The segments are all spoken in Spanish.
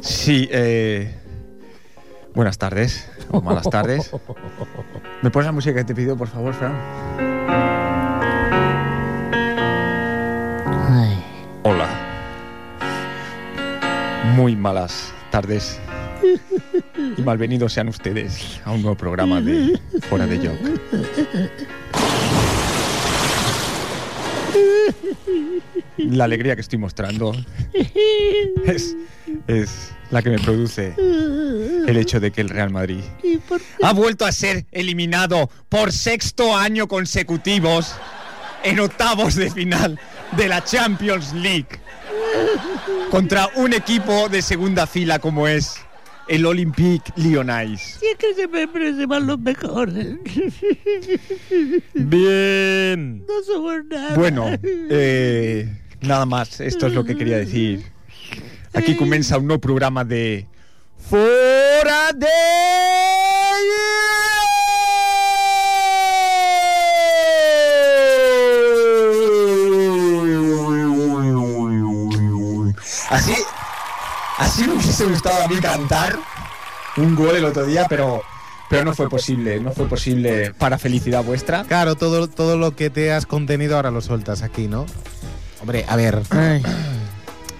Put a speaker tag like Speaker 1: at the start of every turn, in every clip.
Speaker 1: Sí, eh, buenas tardes o malas tardes. ¿Me pones la música que te pido, por favor, Fran? Hola. Muy malas tardes y malvenidos sean ustedes a un nuevo programa de Fuera de Joke. La alegría que estoy mostrando es, es la que me produce el hecho de que el Real Madrid ha vuelto a ser eliminado por sexto año consecutivos en octavos de final de la Champions League contra un equipo de segunda fila como es el Olympique Lyonnais.
Speaker 2: Y es que siempre se van los mejores.
Speaker 3: Bien.
Speaker 2: No somos nada.
Speaker 1: Bueno, eh, nada más, esto es lo que quería decir. Aquí comienza un nuevo programa de Fora de Hierro. Así, así me hubiese gustado a mí cantar un gol el otro día, pero, pero no fue posible, no fue posible para felicidad vuestra.
Speaker 4: Claro, todo, todo lo que te has contenido ahora lo sueltas aquí, ¿no? Hombre, a ver,
Speaker 2: Ay,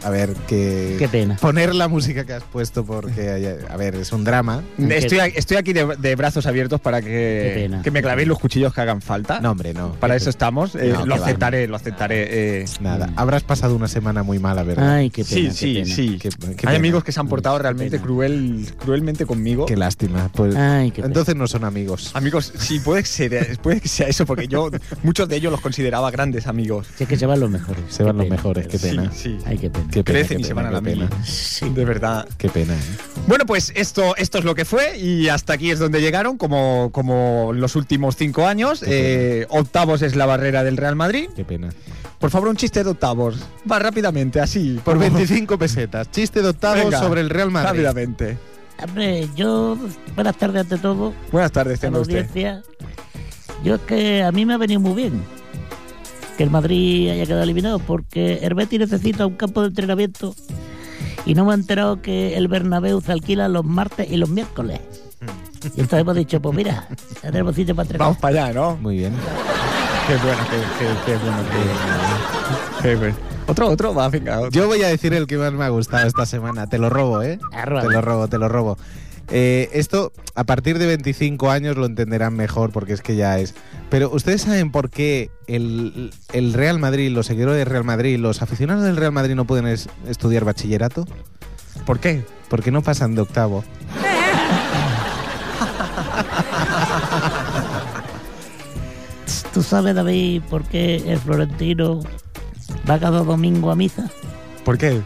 Speaker 4: a ver,
Speaker 1: eh,
Speaker 4: que...
Speaker 2: qué pena.
Speaker 4: Poner la música que has puesto porque, hay- a ver, es un drama.
Speaker 1: Estoy, a- estoy aquí de, de brazos abiertos para
Speaker 2: Qué
Speaker 1: que,
Speaker 2: pena.
Speaker 1: que me clavéis los cuchillos que hagan falta.
Speaker 4: No, hombre, no.
Speaker 1: Para eso estamos. eh,
Speaker 4: No,
Speaker 1: lo
Speaker 4: que va.
Speaker 1: aceptaré, lo aceptaré. eh.
Speaker 4: Nada, habrás pasado una semana muy mala, ¿verdad?
Speaker 2: Ay, qué
Speaker 1: sí,
Speaker 2: pena.
Speaker 1: sí,
Speaker 2: qué pena.
Speaker 1: sí.
Speaker 4: Qué- qué
Speaker 1: Hay
Speaker 4: pena. Mm,
Speaker 1: amigos que se han portado realmente
Speaker 2: pena.
Speaker 1: cruel, cruelmente conmigo.
Speaker 4: Qué lástima. Pues,
Speaker 2: Ay, Ah, qué pena.
Speaker 4: entonces no son amigos.
Speaker 1: Amigos, sí, puede que, sea, puede que sea eso, porque yo muchos de ellos los consideraba grandes amigos.
Speaker 2: Si es que se van los mejores.
Speaker 4: Se van
Speaker 2: Qué
Speaker 4: los
Speaker 2: pena.
Speaker 4: mejores, qué pena.
Speaker 1: Sí, sí.
Speaker 2: Ay, qué pena.
Speaker 4: Qué pena,
Speaker 1: Crecen
Speaker 4: qué
Speaker 1: y se
Speaker 4: pena,
Speaker 1: van a la
Speaker 4: qué pena.
Speaker 1: mil. De verdad.
Speaker 4: Qué pena, ¿eh?
Speaker 1: Bueno, pues esto, esto es lo que fue y hasta aquí es donde llegaron, como, como los últimos cinco años. Eh, octavos es la barrera del Real Madrid.
Speaker 4: Qué pena.
Speaker 1: Por favor, un chiste de octavos. Va rápidamente, así.
Speaker 4: Por
Speaker 1: como-
Speaker 4: 25 pesetas. Chiste de octavos
Speaker 1: Venga,
Speaker 4: sobre el Real Madrid.
Speaker 1: Rápidamente.
Speaker 2: Hombre, yo. Buenas tardes ante todo.
Speaker 1: Buenas tardes,
Speaker 2: a la
Speaker 1: tenga usted.
Speaker 2: audiencia. Yo es que a mí me ha venido muy bien que el Madrid haya quedado eliminado porque el Betis necesita un campo de entrenamiento y no me he enterado que el Bernabéu se alquila los martes y los miércoles. Y entonces hemos dicho, pues mira, ya tenemos sitio para entrenar.
Speaker 1: Vamos para allá, ¿no?
Speaker 4: Muy bien.
Speaker 1: Qué bueno, qué, qué- qué bueno, qué- qué bueno. Otro, otro, va, venga. otro.
Speaker 4: Yo voy a decir el que más me ha gustado esta semana. Te lo robo, ¿eh?
Speaker 2: Arróbalo.
Speaker 4: Te lo robo, te lo robo. Eh, esto a partir de 25 años lo entenderán mejor porque es que ya es. Pero ustedes saben por qué el, el Real Madrid, los seguidores del Real Madrid, los aficionados del Real Madrid no pueden es- estudiar bachillerato
Speaker 1: ¿Por qué?
Speaker 4: porque no pasan de octavo.
Speaker 2: ¿Tú sabes, David, por qué el Florentino va cada domingo a misa?
Speaker 1: ¿Por qué?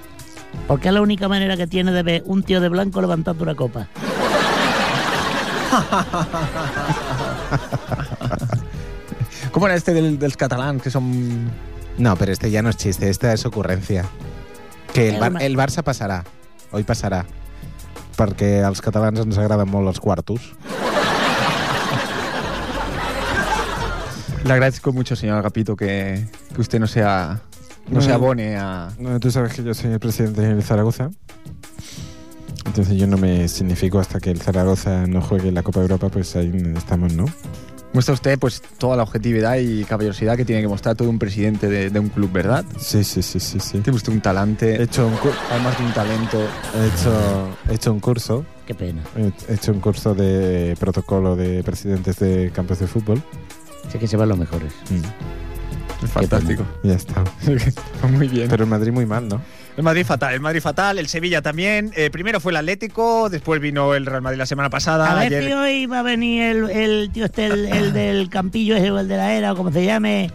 Speaker 2: Porque es la única manera que tiene de ver un tío de blanco levantando una copa.
Speaker 1: ¿Cómo era este del, del catalán que son.
Speaker 4: No, pero este ya no es chiste, esta es ocurrencia. Que el,
Speaker 2: Era
Speaker 4: Bar-
Speaker 2: una-
Speaker 4: el Barça passarà, hoy passarà, perquè als catalans ens agraden molt els quartos.
Speaker 1: Le agradezco mucho, señor Agapito, que, que usted no sea. No se
Speaker 5: Mm.
Speaker 1: abone a.
Speaker 5: No, tú sabes que yo soy el presidente del Zaragoza. Entonces yo no me significo hasta que el Zaragoza no juegue la Copa Europa, pues ahí estamos, ¿no?
Speaker 1: Muestra usted, pues, toda la objetividad y caballerosidad que tiene que mostrar todo un presidente de, de un club, ¿verdad?
Speaker 5: Sí, sí, sí, sí, sí.
Speaker 1: Tiene usted un
Speaker 5: He
Speaker 1: talante,
Speaker 5: hecho un, cu-
Speaker 1: además de un talento.
Speaker 5: he hecho, he hecho un curso,
Speaker 2: Qué pena.
Speaker 5: he he hecho un curso de protocolo de presidentes de campos de fútbol.
Speaker 2: Sé que se van los mejores.
Speaker 5: Mm,
Speaker 1: Es fantástico.
Speaker 5: Ya está.
Speaker 1: Muy bien.
Speaker 5: Pero en Madrid muy mal, ¿no?
Speaker 1: El Madrid fatal, el Madrid fatal, el Sevilla también. Eh, primero fue el Atlético, después vino el Real Madrid la semana pasada.
Speaker 2: A ver
Speaker 1: ayer-
Speaker 2: si hoy va a venir el, el tío este, el, el del campillo ese o el de la era o como se llame.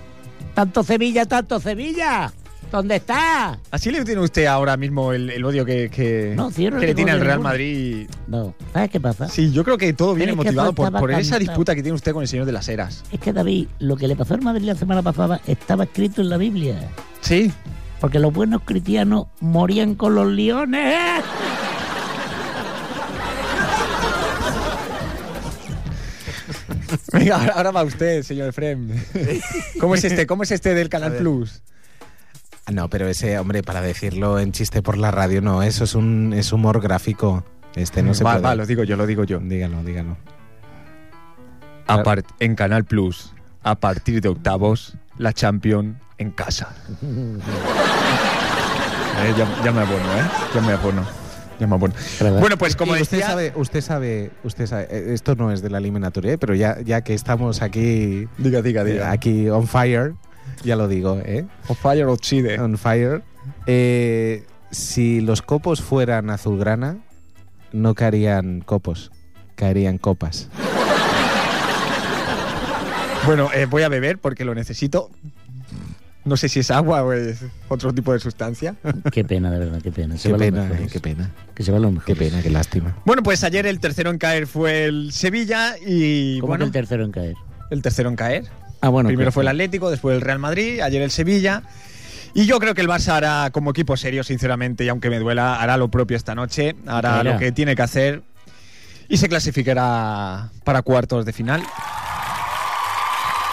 Speaker 2: Tanto Sevilla, tanto Sevilla. ¿Dónde está?
Speaker 1: Así le tiene usted ahora mismo el, el odio que, que-
Speaker 2: No, sí, yo no
Speaker 1: que
Speaker 2: le
Speaker 1: le
Speaker 2: tengo
Speaker 1: tiene al
Speaker 2: odio
Speaker 1: Real
Speaker 2: ninguno.
Speaker 1: Madrid.
Speaker 2: No, ¿sabes qué pasa?
Speaker 1: Sí, yo creo que todo viene
Speaker 2: es que
Speaker 1: motivado por,
Speaker 2: faltaba
Speaker 1: por esa
Speaker 2: tanto.
Speaker 1: disputa que tiene usted con el señor de las Heras.
Speaker 2: Es que David, lo que le pasó en Madrid la semana pasada estaba escrito en la Biblia.
Speaker 1: Sí.
Speaker 2: Porque los buenos cristianos morían con los leones.
Speaker 1: Venga, ahora, ahora va usted, señor Efrem. ¿Cómo es este? ¿Cómo es este del Canal Plus?
Speaker 4: No, pero ese, hombre, para decirlo en chiste por la radio, no, eso es un es humor gráfico. Este no se
Speaker 1: va,
Speaker 4: puede.
Speaker 1: va, lo digo yo, lo digo yo.
Speaker 4: Dígalo, dígalo.
Speaker 1: A par- en Canal Plus, a partir de octavos, la Champion en casa. Eh, ya, ya me abono, ¿eh? Ya me abono. Ya me abono. Bueno, pues como
Speaker 4: Y usted
Speaker 1: decía...
Speaker 4: sabe, usted sabe, usted sabe, eh, esto no es de la eliminatoria, eh, pero ya, ya que estamos aquí,
Speaker 1: Diga, diga,
Speaker 4: eh, aquí on fire, ya lo digo, ¿eh?
Speaker 1: O Fire o Chide.
Speaker 4: On fire. Eh, si los copos fueran azulgrana, no caerían copos, caerían copas.
Speaker 1: Bueno, eh, voy a beber porque lo necesito. No sé si es agua o es otro tipo de sustancia.
Speaker 2: Qué pena, de verdad, qué pena. Se
Speaker 4: Qué
Speaker 2: van los
Speaker 4: pena, eh,
Speaker 2: mejores.
Speaker 4: qué pena,
Speaker 2: Que se van los
Speaker 4: qué
Speaker 2: mejores.
Speaker 4: pena, qué lástima.
Speaker 1: Bueno, pues ayer el tercero en caer fue el Sevilla y
Speaker 2: ¿Cómo
Speaker 1: bueno,
Speaker 2: que el tercero en caer?
Speaker 1: el tercero en caer.
Speaker 2: Ah, bueno.
Speaker 1: Primero
Speaker 2: que-
Speaker 1: fue el Atlético, después el Real Madrid, ayer el Sevilla. Y yo creo que el Barça hará como equipo serio, sinceramente, y aunque me duela, hará lo propio esta noche, hará
Speaker 2: Caerá.
Speaker 1: lo que tiene que hacer y se clasificará para cuartos de final.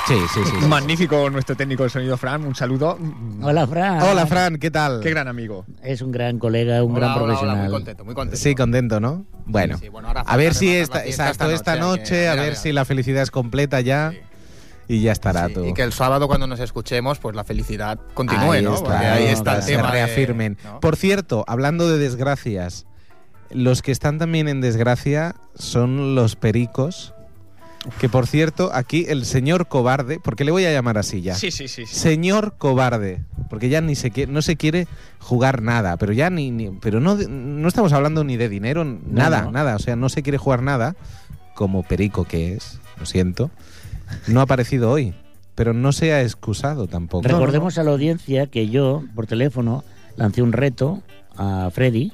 Speaker 4: Sí, sí, sí. sí.
Speaker 1: Magnífico nuestro técnico de sonido, Fran, un saludo.
Speaker 2: Hola, Fran.
Speaker 4: Mm. Hola, Fran, ¿qué tal?
Speaker 1: Qué gran amigo.
Speaker 2: Es un gran colega, un gran profesional.
Speaker 3: muy contento, muy contento.
Speaker 4: Sí, contento, ¿no? Bueno,
Speaker 3: Sí, sí, bueno, ahora
Speaker 4: a ver
Speaker 3: falta
Speaker 4: si
Speaker 3: rematar
Speaker 4: esta,
Speaker 3: la fiesta
Speaker 4: exacto, esta noche,
Speaker 3: eh,
Speaker 4: a
Speaker 3: mira,
Speaker 4: ver
Speaker 3: mira.
Speaker 4: si la felicidad es completa ya
Speaker 3: Sí.
Speaker 4: y ya estará
Speaker 3: Sí,
Speaker 4: tú.
Speaker 3: Y que el sábado cuando nos escuchemos, pues la felicidad continúe,
Speaker 4: Ahí
Speaker 3: ¿no?
Speaker 4: está,
Speaker 3: Porque ahí está
Speaker 4: para
Speaker 3: el
Speaker 4: que
Speaker 3: tema.
Speaker 4: Se
Speaker 3: de-
Speaker 4: reafirmen.
Speaker 3: ¿no?
Speaker 4: Por cierto, hablando de desgracias, los que están también en desgracia son los pericos. Que por cierto, aquí el señor cobarde, porque le voy a llamar así ya.
Speaker 1: Sí, sí, sí. sí.
Speaker 4: Señor cobarde, porque ya ni se quiere, no se quiere jugar nada, pero ya ni, ni- pero no, de- no estamos hablando ni de dinero, nada,
Speaker 2: no.
Speaker 4: nada, o sea, no se quiere jugar nada, como perico que es, lo siento, no ha aparecido hoy, pero no se ha excusado tampoco.
Speaker 2: Recordemos a la audiencia que yo, por teléfono, lancé un reto a Freddy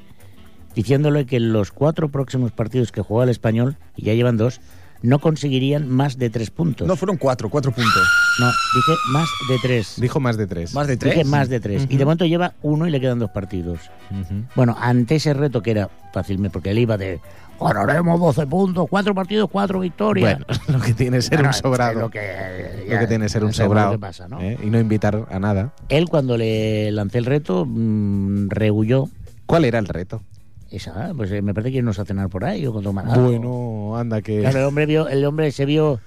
Speaker 2: diciéndole que los cuatro próximos partidos que juega el español, y ya llevan dos, no conseguirían más de tres puntos.
Speaker 1: No, fueron cuatro, cuatro puntos.
Speaker 2: No, dije más de tres.
Speaker 4: Dijo más de tres.
Speaker 1: Más de tres.
Speaker 2: Dije más de tres. Y de momento lleva uno y le quedan dos partidos.
Speaker 4: Ujú.
Speaker 2: Bueno, ante ese reto que era fácilmente, porque él iba de ganaremos 12 puntos, cuatro partidos, cuatro victorias.
Speaker 4: Bueno, lo que tiene es ser
Speaker 2: Bueno,
Speaker 4: un sobrado.
Speaker 2: Ah, es Lo que,
Speaker 4: Lo que tiene es ser un
Speaker 2: sabemos
Speaker 4: sobrado.
Speaker 2: lo que pasa, ¿no?
Speaker 4: ¿eh? Y no invitar a nada.
Speaker 2: Él cuando le lancé el reto mm, rehuyó.
Speaker 4: ¿Cuál era el reto?
Speaker 2: Esa, pues eh, me parece que irnos a cenar por ahí o con tomar
Speaker 5: Ah.
Speaker 2: algo.
Speaker 4: Bueno, anda
Speaker 5: eh.
Speaker 4: que...
Speaker 2: Claro, el hombre, vio, el hombre se vio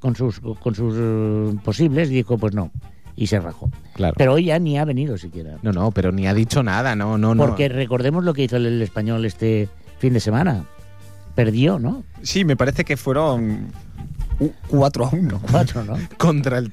Speaker 2: con sus, con sus eh, posibles y dijo, pues no. Y se rajó.
Speaker 4: Claro.
Speaker 2: Pero hoy ya ni ha venido siquiera.
Speaker 4: No, no, pero ni ha dicho nada, no, no, no.
Speaker 2: Porque recordemos lo que hizo el, el español este fin de semana. Perdió, ¿no?
Speaker 1: Sí, me parece que fueron u- cuatro a uno.
Speaker 2: Cuatro, ¿no?
Speaker 4: Contra el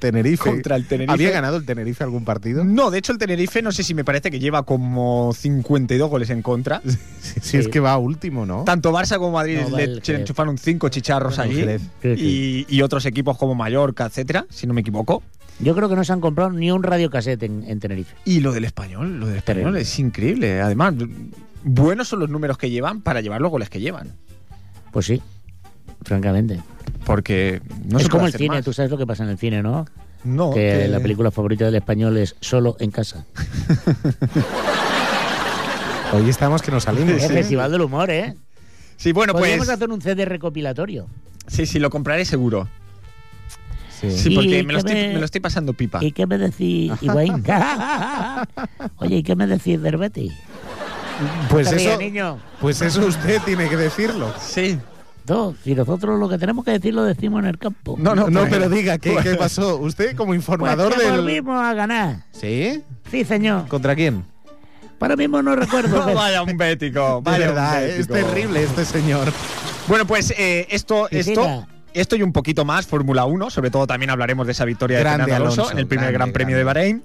Speaker 4: Tenerife.
Speaker 1: Contra el Tenerife.
Speaker 4: ¿Había ganado el Tenerife algún partido?
Speaker 1: No, de hecho el Tenerife no sé si me parece que lleva como 52 goles en contra.
Speaker 4: Si, si es que va último, ¿no?
Speaker 1: Tanto Barça como Madrid
Speaker 2: No, va el
Speaker 1: le
Speaker 2: Jerez.
Speaker 1: enchufaron cinco chicharros
Speaker 4: Bueno,
Speaker 1: allí.
Speaker 4: Jerez.
Speaker 2: Sí,
Speaker 1: Y, y otros equipos como Mallorca, etcétera, si no me equivoco.
Speaker 2: Yo creo que no se han comprado ni un radiocasete en, en Tenerife.
Speaker 1: Y lo del español, lo del español
Speaker 2: Terrible.
Speaker 1: es increíble. Además, buenos son los números que llevan para llevar los goles que llevan.
Speaker 2: Pues sí, francamente.
Speaker 1: Porque no
Speaker 2: es
Speaker 1: se puede
Speaker 2: como el
Speaker 1: hacer
Speaker 2: cine,
Speaker 1: más.
Speaker 2: tú sabes lo que pasa en el cine, ¿no?
Speaker 1: No,
Speaker 2: que
Speaker 1: que-
Speaker 2: la película favorita del español es Solo en casa.
Speaker 4: Hoy estamos que nos salimos.
Speaker 2: Es Festival del humor, ¿eh?
Speaker 1: Sí, bueno, pues.
Speaker 2: Podríamos hacer un CD recopilatorio.
Speaker 1: Sí, sí, lo compraré seguro.
Speaker 4: Sí.
Speaker 1: Sí,
Speaker 2: Y
Speaker 1: porque me lo,
Speaker 2: que
Speaker 1: estoy,
Speaker 2: me-
Speaker 1: me lo estoy pasando pipa.
Speaker 2: ¿Y qué me decís, Higuaín? Oye, ¿y qué me decís del Betis?
Speaker 4: Pues,
Speaker 2: Te ríes,
Speaker 4: eso,
Speaker 2: niño.
Speaker 4: pues eso usted tiene que decirlo.
Speaker 1: Sí.
Speaker 2: Dos, si nosotros lo que tenemos que decir lo decimos en el campo.
Speaker 1: No, no,
Speaker 4: no
Speaker 1: pues-
Speaker 4: pero diga, ¿qué, qué pasó? Usted como
Speaker 2: Pues
Speaker 4: informador
Speaker 2: que
Speaker 4: del...
Speaker 2: volvimos a ganar.
Speaker 4: ¿Sí?
Speaker 2: Sí, señor.
Speaker 4: ¿Contra quién?
Speaker 2: Ahora mismo no recuerdo. pero-
Speaker 1: vaya un bético,
Speaker 4: De
Speaker 1: vaya un
Speaker 4: verdad, ¿eh? es
Speaker 1: bético.
Speaker 4: terrible este señor.
Speaker 1: Bueno, pues eh, esto, esto,
Speaker 2: Cristina.
Speaker 1: esto y un poquito más, Fórmula 1, sobre todo también hablaremos de esa victoria de
Speaker 4: Grande
Speaker 1: Fernando Alonso,
Speaker 4: Alonso,
Speaker 1: en el primer
Speaker 4: grande,
Speaker 1: Gran Premio de
Speaker 4: grande.
Speaker 1: Bahrein.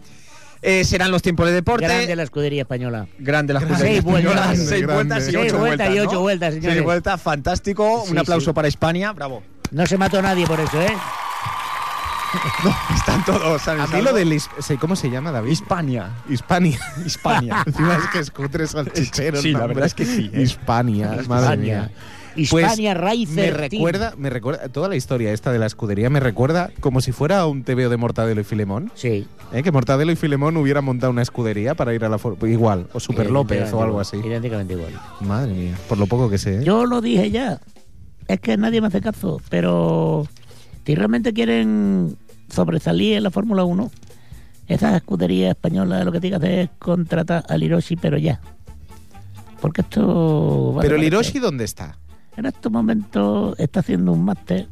Speaker 1: Eh, serán los tiempos de deporte.
Speaker 2: Grande la escudería española.
Speaker 1: Grande las
Speaker 2: Grande,
Speaker 1: cosas
Speaker 2: grande,
Speaker 1: españolas,
Speaker 4: grande,
Speaker 1: seis vueltas y
Speaker 4: grande.
Speaker 1: ocho
Speaker 2: Seis vueltas
Speaker 1: vueltas.
Speaker 2: y
Speaker 1: ¿no?
Speaker 2: ocho vueltas,
Speaker 1: Seis
Speaker 2: señores.
Speaker 1: vueltas, fantástico.
Speaker 2: Sí,
Speaker 1: un aplauso
Speaker 2: sí.
Speaker 1: para España, bravo.
Speaker 2: No se mató nadie por eso, ¿eh?
Speaker 1: Están todos. ¿sabes
Speaker 4: A mí
Speaker 1: algo?
Speaker 4: lo del... his- sí, ¿Cómo se llama, David?
Speaker 1: Hispania.
Speaker 4: Hispania.
Speaker 1: Hispania.
Speaker 4: Encima es que escutres al chichero.
Speaker 1: Sí, la verdad es que sí, ¿eh?
Speaker 4: Hispania, madre mía. Pues,
Speaker 2: Hispania Raizer.
Speaker 4: Me
Speaker 2: Team.
Speaker 4: recuerda, me recuerda, toda la historia esta de la escudería me recuerda como si fuera un TVO de Mortadelo y Filemón.
Speaker 2: Sí.
Speaker 4: ¿eh? Que Mortadelo y Filemón hubieran montado una escudería para ir a la. for- Igual, o
Speaker 2: Eh,
Speaker 4: Super López o algo así.
Speaker 2: Idénticamente igual.
Speaker 4: Madre mía, por lo poco que sé. ¿eh?
Speaker 2: Yo lo dije ya. Es que nadie me hace caso. Pero si realmente quieren sobresalir en la Fórmula 1, Esa escudería española lo que tiene que hacer es contratar al Hiroshi, pero ya. Porque esto... va de
Speaker 4: Pero el
Speaker 2: parte.
Speaker 4: Hiroshi, ¿dónde está?
Speaker 2: En estos momentos está haciendo un máster...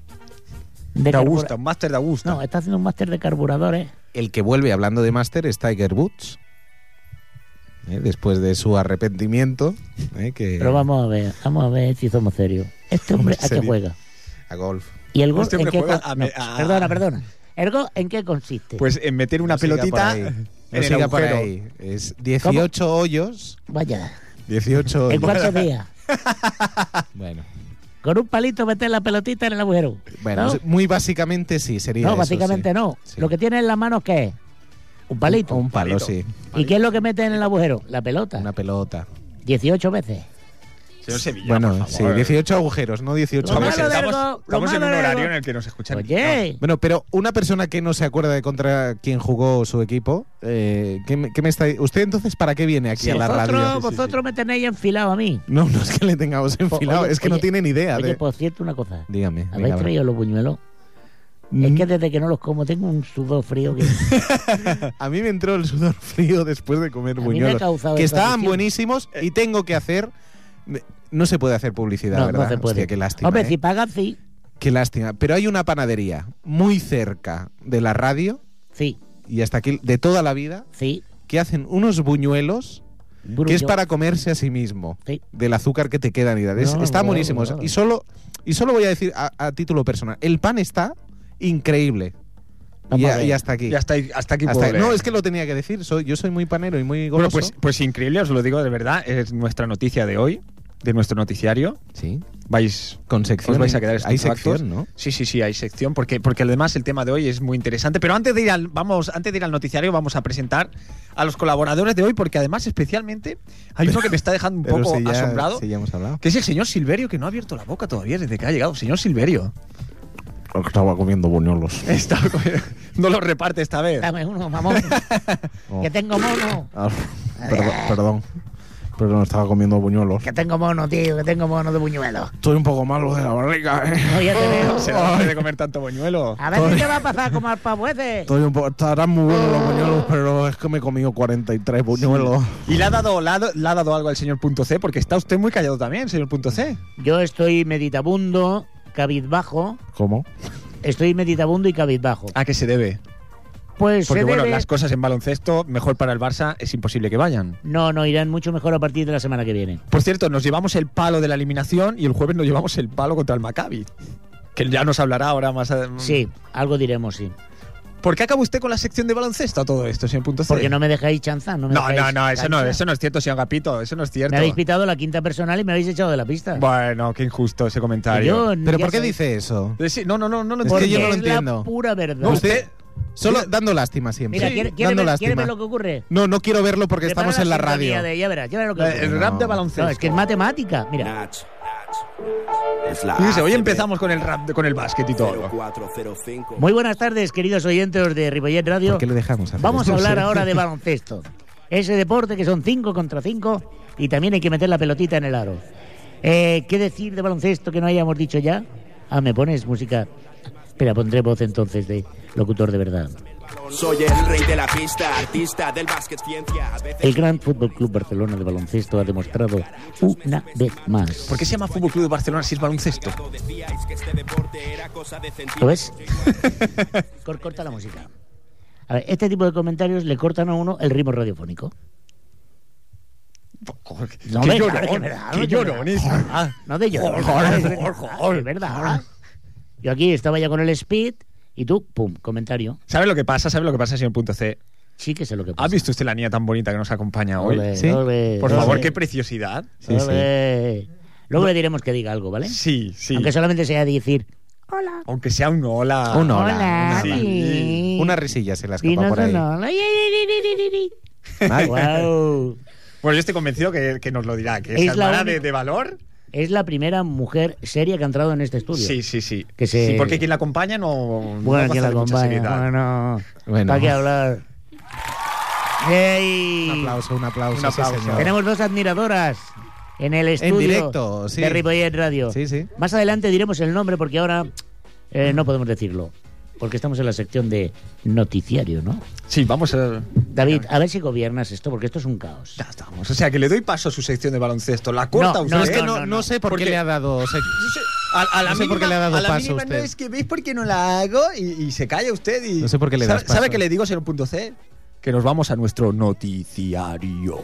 Speaker 2: De
Speaker 1: De Augusta,
Speaker 2: carbura-
Speaker 1: un máster de Augusta.
Speaker 2: No, eh. está haciendo un máster de carburadores.
Speaker 4: El que vuelve hablando de Master es Tiger Woods. Eh, Después de su arrepentimiento, eh, que
Speaker 2: Pero vamos a ver, vamos a ver si somos serios. Este hombre a qué
Speaker 4: serio.
Speaker 2: juega.
Speaker 4: a golf.
Speaker 2: ¿Y el gol
Speaker 1: Este
Speaker 2: en
Speaker 1: hombre
Speaker 2: qué
Speaker 1: juega
Speaker 2: con-
Speaker 1: a
Speaker 2: no,
Speaker 1: me- a-
Speaker 2: Perdona, perdona. ¿El gol en qué consiste?
Speaker 1: pues en meter una
Speaker 4: No siga
Speaker 1: pelotita
Speaker 4: por ahí.
Speaker 1: en
Speaker 4: No
Speaker 1: el
Speaker 4: siga por
Speaker 1: agujero.
Speaker 4: ahí. Es 18 hoyos.
Speaker 2: Vaya,
Speaker 4: 18
Speaker 2: en
Speaker 4: hoyos.
Speaker 2: cuatro días.
Speaker 4: Bueno,
Speaker 2: Con un palito meter la pelotita en el agujero.
Speaker 4: bueno,
Speaker 2: ¿no?
Speaker 4: sí, muy básicamente sí, sería
Speaker 2: No,
Speaker 4: eso,
Speaker 2: básicamente
Speaker 4: sí.
Speaker 2: no.
Speaker 4: Sí.
Speaker 2: Lo que tiene en la mano ¿qué es un palito.
Speaker 4: Un palo,
Speaker 1: Palito.
Speaker 4: sí.
Speaker 2: ¿Y qué es lo que mete en el agujero? La pelota.
Speaker 4: Una pelota.
Speaker 2: 18 veces.
Speaker 1: Señor Sevilla,
Speaker 4: Bueno,
Speaker 1: por
Speaker 4: sí,
Speaker 1: favor.
Speaker 4: 18 agujeros, no 18
Speaker 2: Lo
Speaker 1: Estamos,
Speaker 4: hoyos.
Speaker 2: malo del
Speaker 1: estamos-
Speaker 2: go- lo
Speaker 1: estamos en un
Speaker 2: malo del
Speaker 1: horario
Speaker 2: go-
Speaker 1: en el que nos escuchan.
Speaker 2: Oye,
Speaker 4: Bueno, pero una persona que no se acuerda de contra quién jugó su equipo, eh, ¿qué, me- qué me está ¿Usted entonces para qué viene aquí
Speaker 1: Sí,
Speaker 4: a la
Speaker 2: vosotros,
Speaker 4: radio?
Speaker 2: vosotros me tenéis enfilado a mí.
Speaker 4: No, no es que le tengamos enfilado,
Speaker 2: Oye,
Speaker 4: es que no
Speaker 2: oye,
Speaker 4: tiene ni idea.
Speaker 2: Oye, pues,
Speaker 4: de...
Speaker 2: por cierto, una cosa.
Speaker 4: Dígame.
Speaker 2: ¿Habéis
Speaker 4: venga, va.
Speaker 2: traído los buñuelos? Es
Speaker 4: Mm.
Speaker 2: que desde que no los como tengo un sudor frío que...
Speaker 4: A mí me entró el sudor frío después de comer
Speaker 2: mí me ha
Speaker 4: buñuelos.
Speaker 2: causado
Speaker 4: Que estaban
Speaker 2: desafección.
Speaker 4: buenísimos y tengo que hacer. No se puede hacer publicidad,
Speaker 2: no,
Speaker 4: ¿verdad?
Speaker 2: no se puede.
Speaker 4: Hostia, qué lástima.
Speaker 2: Hombre,
Speaker 4: ¿eh?
Speaker 2: si pagan, sí.
Speaker 4: Qué lástima. Pero hay una panadería muy cerca de la radio
Speaker 2: Sí,
Speaker 4: y hasta aquí de toda la vida
Speaker 2: sí.
Speaker 4: que hacen unos buñuelos que es
Speaker 2: Bruño.
Speaker 4: para comerse a sí mismo
Speaker 2: Sí.
Speaker 4: del azúcar que te queda ni idea. Es-
Speaker 2: No,
Speaker 4: están
Speaker 2: no,
Speaker 4: buenísimos.
Speaker 2: no.
Speaker 4: Y solo y solo voy a decir a, a título personal, el pan está increíble. Y,
Speaker 2: Vamos a
Speaker 4: a-
Speaker 2: ver.
Speaker 4: y hasta aquí.
Speaker 1: Y hasta, ahí- hasta aquí
Speaker 4: Hasta-
Speaker 1: puedo leer.
Speaker 4: no, es que lo tenía que decir. Soy, yo soy muy panero y muy
Speaker 1: Bueno,
Speaker 4: goloso.
Speaker 1: pues, pues increíble, os lo digo de verdad. Es nuestra noticia de hoy, de nuestro noticiario.
Speaker 4: sí,
Speaker 1: Vais.
Speaker 4: con sección.
Speaker 1: Os vais a quedar
Speaker 4: Hay
Speaker 1: estupefactos.
Speaker 4: sección, ¿no?
Speaker 1: Sí, sí, sí, hay sección, porque, porque además el tema de hoy es muy interesante. Pero antes de, ir al, vamos, antes de ir al noticiario, vamos a presentar a los colaboradores de hoy, porque además, especialmente, hay uno que me está dejando un
Speaker 4: Pero
Speaker 1: poco
Speaker 4: si ya-
Speaker 1: asombrado,
Speaker 4: si ya hemos hablado.
Speaker 1: que es el señor Silverio, que no ha abierto la boca todavía desde que ha llegado. Señor Silverio.
Speaker 5: Estaba comiendo buñuelos.
Speaker 1: Está- no lo reparte esta vez.
Speaker 2: Dame uno, mamón.
Speaker 4: Oh.
Speaker 2: que tengo mono.
Speaker 5: Ah, perdón, perdón. Perdón, estaba comiendo buñuelos.
Speaker 2: Que tengo mono, tío. Que tengo mono de buñuelos.
Speaker 5: Estoy un poco malo de la barriga, eh.
Speaker 2: No, ya te veo.
Speaker 1: Se no puede comer tanto boñuelo.
Speaker 2: A ver si te va a pasar como al pavo ese.
Speaker 5: Estoy un poco, estarán muy buenos
Speaker 4: Oh.
Speaker 5: los buñuelos, pero es que me he comido 43 buñuelos.
Speaker 1: Y le ha dado, le ha dado- le ha dado algo al señor punto C, porque está usted muy callado también, señor punto C.
Speaker 2: Yo estoy meditabundo, cabizbajo.
Speaker 5: ¿Cómo?
Speaker 2: Estoy meditabundo y cabizbajo.
Speaker 4: Ah,
Speaker 1: ¿A qué se debe?
Speaker 2: Pues
Speaker 1: Porque
Speaker 2: se
Speaker 1: bueno,
Speaker 2: debe-
Speaker 1: las cosas en baloncesto, mejor para el Barça, es imposible que vayan.
Speaker 2: No, no, irán mucho mejor a partir de la semana que viene.
Speaker 1: Por cierto, nos llevamos el palo de la eliminación y el jueves nos llevamos el palo contra el Maccabi. Que ya nos hablará ahora más. a-
Speaker 4: Mm.
Speaker 1: mm.
Speaker 2: Sí, algo diremos, sí.
Speaker 1: ¿Por qué acaba usted con la sección de baloncesto a todo esto, señor punto C?
Speaker 2: Porque no me dejáis chanzar. No, me
Speaker 1: no,
Speaker 2: dejáis
Speaker 1: no, no, eso no,
Speaker 2: chanzar.
Speaker 1: eso no es cierto, señor Agapito, eso no es cierto.
Speaker 2: Me habéis pitado la quinta personal y me habéis echado de la pista.
Speaker 1: bueno, qué injusto ese comentario.
Speaker 2: Yo
Speaker 4: ¿Pero
Speaker 2: ya
Speaker 4: por qué
Speaker 2: sabéis-
Speaker 4: dice eso?
Speaker 1: Eh, sí, no, no, no, no lo
Speaker 4: Es que
Speaker 2: Porque
Speaker 1: entiendo.
Speaker 4: yo no lo
Speaker 2: es la
Speaker 4: entiendo.
Speaker 2: pura verdad.
Speaker 1: No,
Speaker 4: Usted, solo dando lástima siempre.
Speaker 2: Mira,
Speaker 4: Sí,
Speaker 2: ¿quiere, quiere
Speaker 4: dando
Speaker 2: ver, quiere
Speaker 4: lástima.
Speaker 2: ver lo que ocurre?
Speaker 4: No, no quiero verlo porque
Speaker 2: Prepara
Speaker 4: estamos en la
Speaker 2: sintonía
Speaker 4: radio.
Speaker 2: de- ya verás, ya verás lo que
Speaker 1: Eh,
Speaker 2: ocurre.
Speaker 1: El rap de
Speaker 4: No.
Speaker 1: baloncesto.
Speaker 2: No, es que es matemática. Mira,
Speaker 6: Nach, nach, es la
Speaker 1: Y dice, hoy
Speaker 6: ACB.
Speaker 1: empezamos con el rap, de- con el básquet y todo.
Speaker 6: 0405.
Speaker 2: muy buenas tardes, queridos oyentes de Ripollet Radio.
Speaker 4: ¿Por qué le dejamos hacer
Speaker 2: Vamos a
Speaker 4: esto?
Speaker 2: hablar
Speaker 4: Sí.
Speaker 2: ahora de baloncesto. Ese deporte que son 5 contra 5 y también hay que meter la pelotita en el aro. Eh, ¿Qué decir de baloncesto que no hayamos dicho ya? Ah, me pones música. Espera, pondré voz entonces de locutor de verdad.
Speaker 6: Soy el rey de la pista, artista del básquet, ciencia. A veces
Speaker 2: El Gran Fútbol Club Barcelona de baloncesto ha demostrado una vez más.
Speaker 1: ¿Por qué se llama Fútbol Club de Barcelona si es baloncesto?
Speaker 6: decíais que este deporte era cosa de
Speaker 2: ¿Lo
Speaker 6: centímetros.
Speaker 2: ves? Cor- corta la música. A ver, este tipo de comentarios le cortan a uno el ritmo radiofónico. No,
Speaker 1: qué
Speaker 2: de verdad,
Speaker 1: llorón,
Speaker 2: de verdad,
Speaker 1: qué
Speaker 2: de verdad.
Speaker 1: llorón es.
Speaker 2: Ah, No de llorón.
Speaker 1: Joder, joder,
Speaker 2: de verdad,
Speaker 1: joder.
Speaker 2: de verdad. Yo aquí estaba ya con el speed y tú, pum, comentario.
Speaker 1: ¿Sabe lo que pasa? ¿Sabe lo que pasa, señor Punto C?
Speaker 2: Sí que sé lo que pasa.
Speaker 1: ¿Ha visto usted la niña tan bonita que nos acompaña hoy?
Speaker 2: Ole,
Speaker 4: Sí.
Speaker 2: ole,
Speaker 1: Por
Speaker 2: ole,
Speaker 1: favor, qué preciosidad.
Speaker 4: Sí, sí.
Speaker 2: ole. Luego le diremos que diga algo, ¿vale?
Speaker 1: Sí, sí.
Speaker 2: Aunque
Speaker 1: Aunque,
Speaker 2: solamente sea decir,
Speaker 1: sea un hola.
Speaker 4: Un hola.
Speaker 2: hola,
Speaker 1: sí.
Speaker 2: sí.
Speaker 4: Una risilla se la escapa
Speaker 2: Dinos Ah,
Speaker 4: por ahí.
Speaker 2: un hola.
Speaker 4: Ay,
Speaker 2: Guau.
Speaker 1: Bueno, yo estoy convencido que, que nos lo dirá, que es,
Speaker 2: Es
Speaker 1: la
Speaker 2: la
Speaker 1: hermana
Speaker 2: única-
Speaker 1: de, de valor.
Speaker 2: Es la primera mujer seria que ha entrado en este estudio.
Speaker 1: Sí, sí, sí.
Speaker 2: Que se-
Speaker 1: Sí, porque quien la acompaña no. no
Speaker 2: Bueno,
Speaker 1: goza
Speaker 2: que la
Speaker 1: de mucha
Speaker 2: acompaña.
Speaker 1: seriedad.
Speaker 2: Bueno,
Speaker 4: Bueno.
Speaker 2: ¿para qué hablar? ¡Yay!
Speaker 4: Un aplauso, un aplauso,
Speaker 1: Un aplauso.
Speaker 4: sí, señor.
Speaker 2: Tenemos dos admiradoras Ah. en el estudio
Speaker 4: directo, sí.
Speaker 2: de Ripollet Radio.
Speaker 4: Sí, sí.
Speaker 2: Más adelante diremos el nombre porque ahora eh, no podemos decirlo. porque estamos en la sección de noticiario, ¿no?
Speaker 1: Sí, vamos a.
Speaker 2: David, a ver si gobiernas esto, porque esto es un caos.
Speaker 1: Ya estamos. O sea, que le doy paso a su sección de baloncesto. La corta
Speaker 2: No,
Speaker 1: usted. ¿eh?
Speaker 2: no,
Speaker 4: es que no,
Speaker 2: no,
Speaker 4: no sé por,
Speaker 1: ¿Por
Speaker 4: qué,
Speaker 1: qué?
Speaker 4: le ha dado. sec-
Speaker 1: Yo sé- A, a la
Speaker 4: No sé por
Speaker 1: mínima-
Speaker 4: qué le ha dado
Speaker 1: a la
Speaker 4: paso
Speaker 1: mínima
Speaker 4: a usted.
Speaker 1: no es que veis por qué no la hago y, y se calla usted y.
Speaker 4: No sé por qué le
Speaker 1: ¿Sabe,
Speaker 4: das paso.
Speaker 1: ¿Sabe que le digo, señor punto C? Que nos vamos a nuestro noticiario.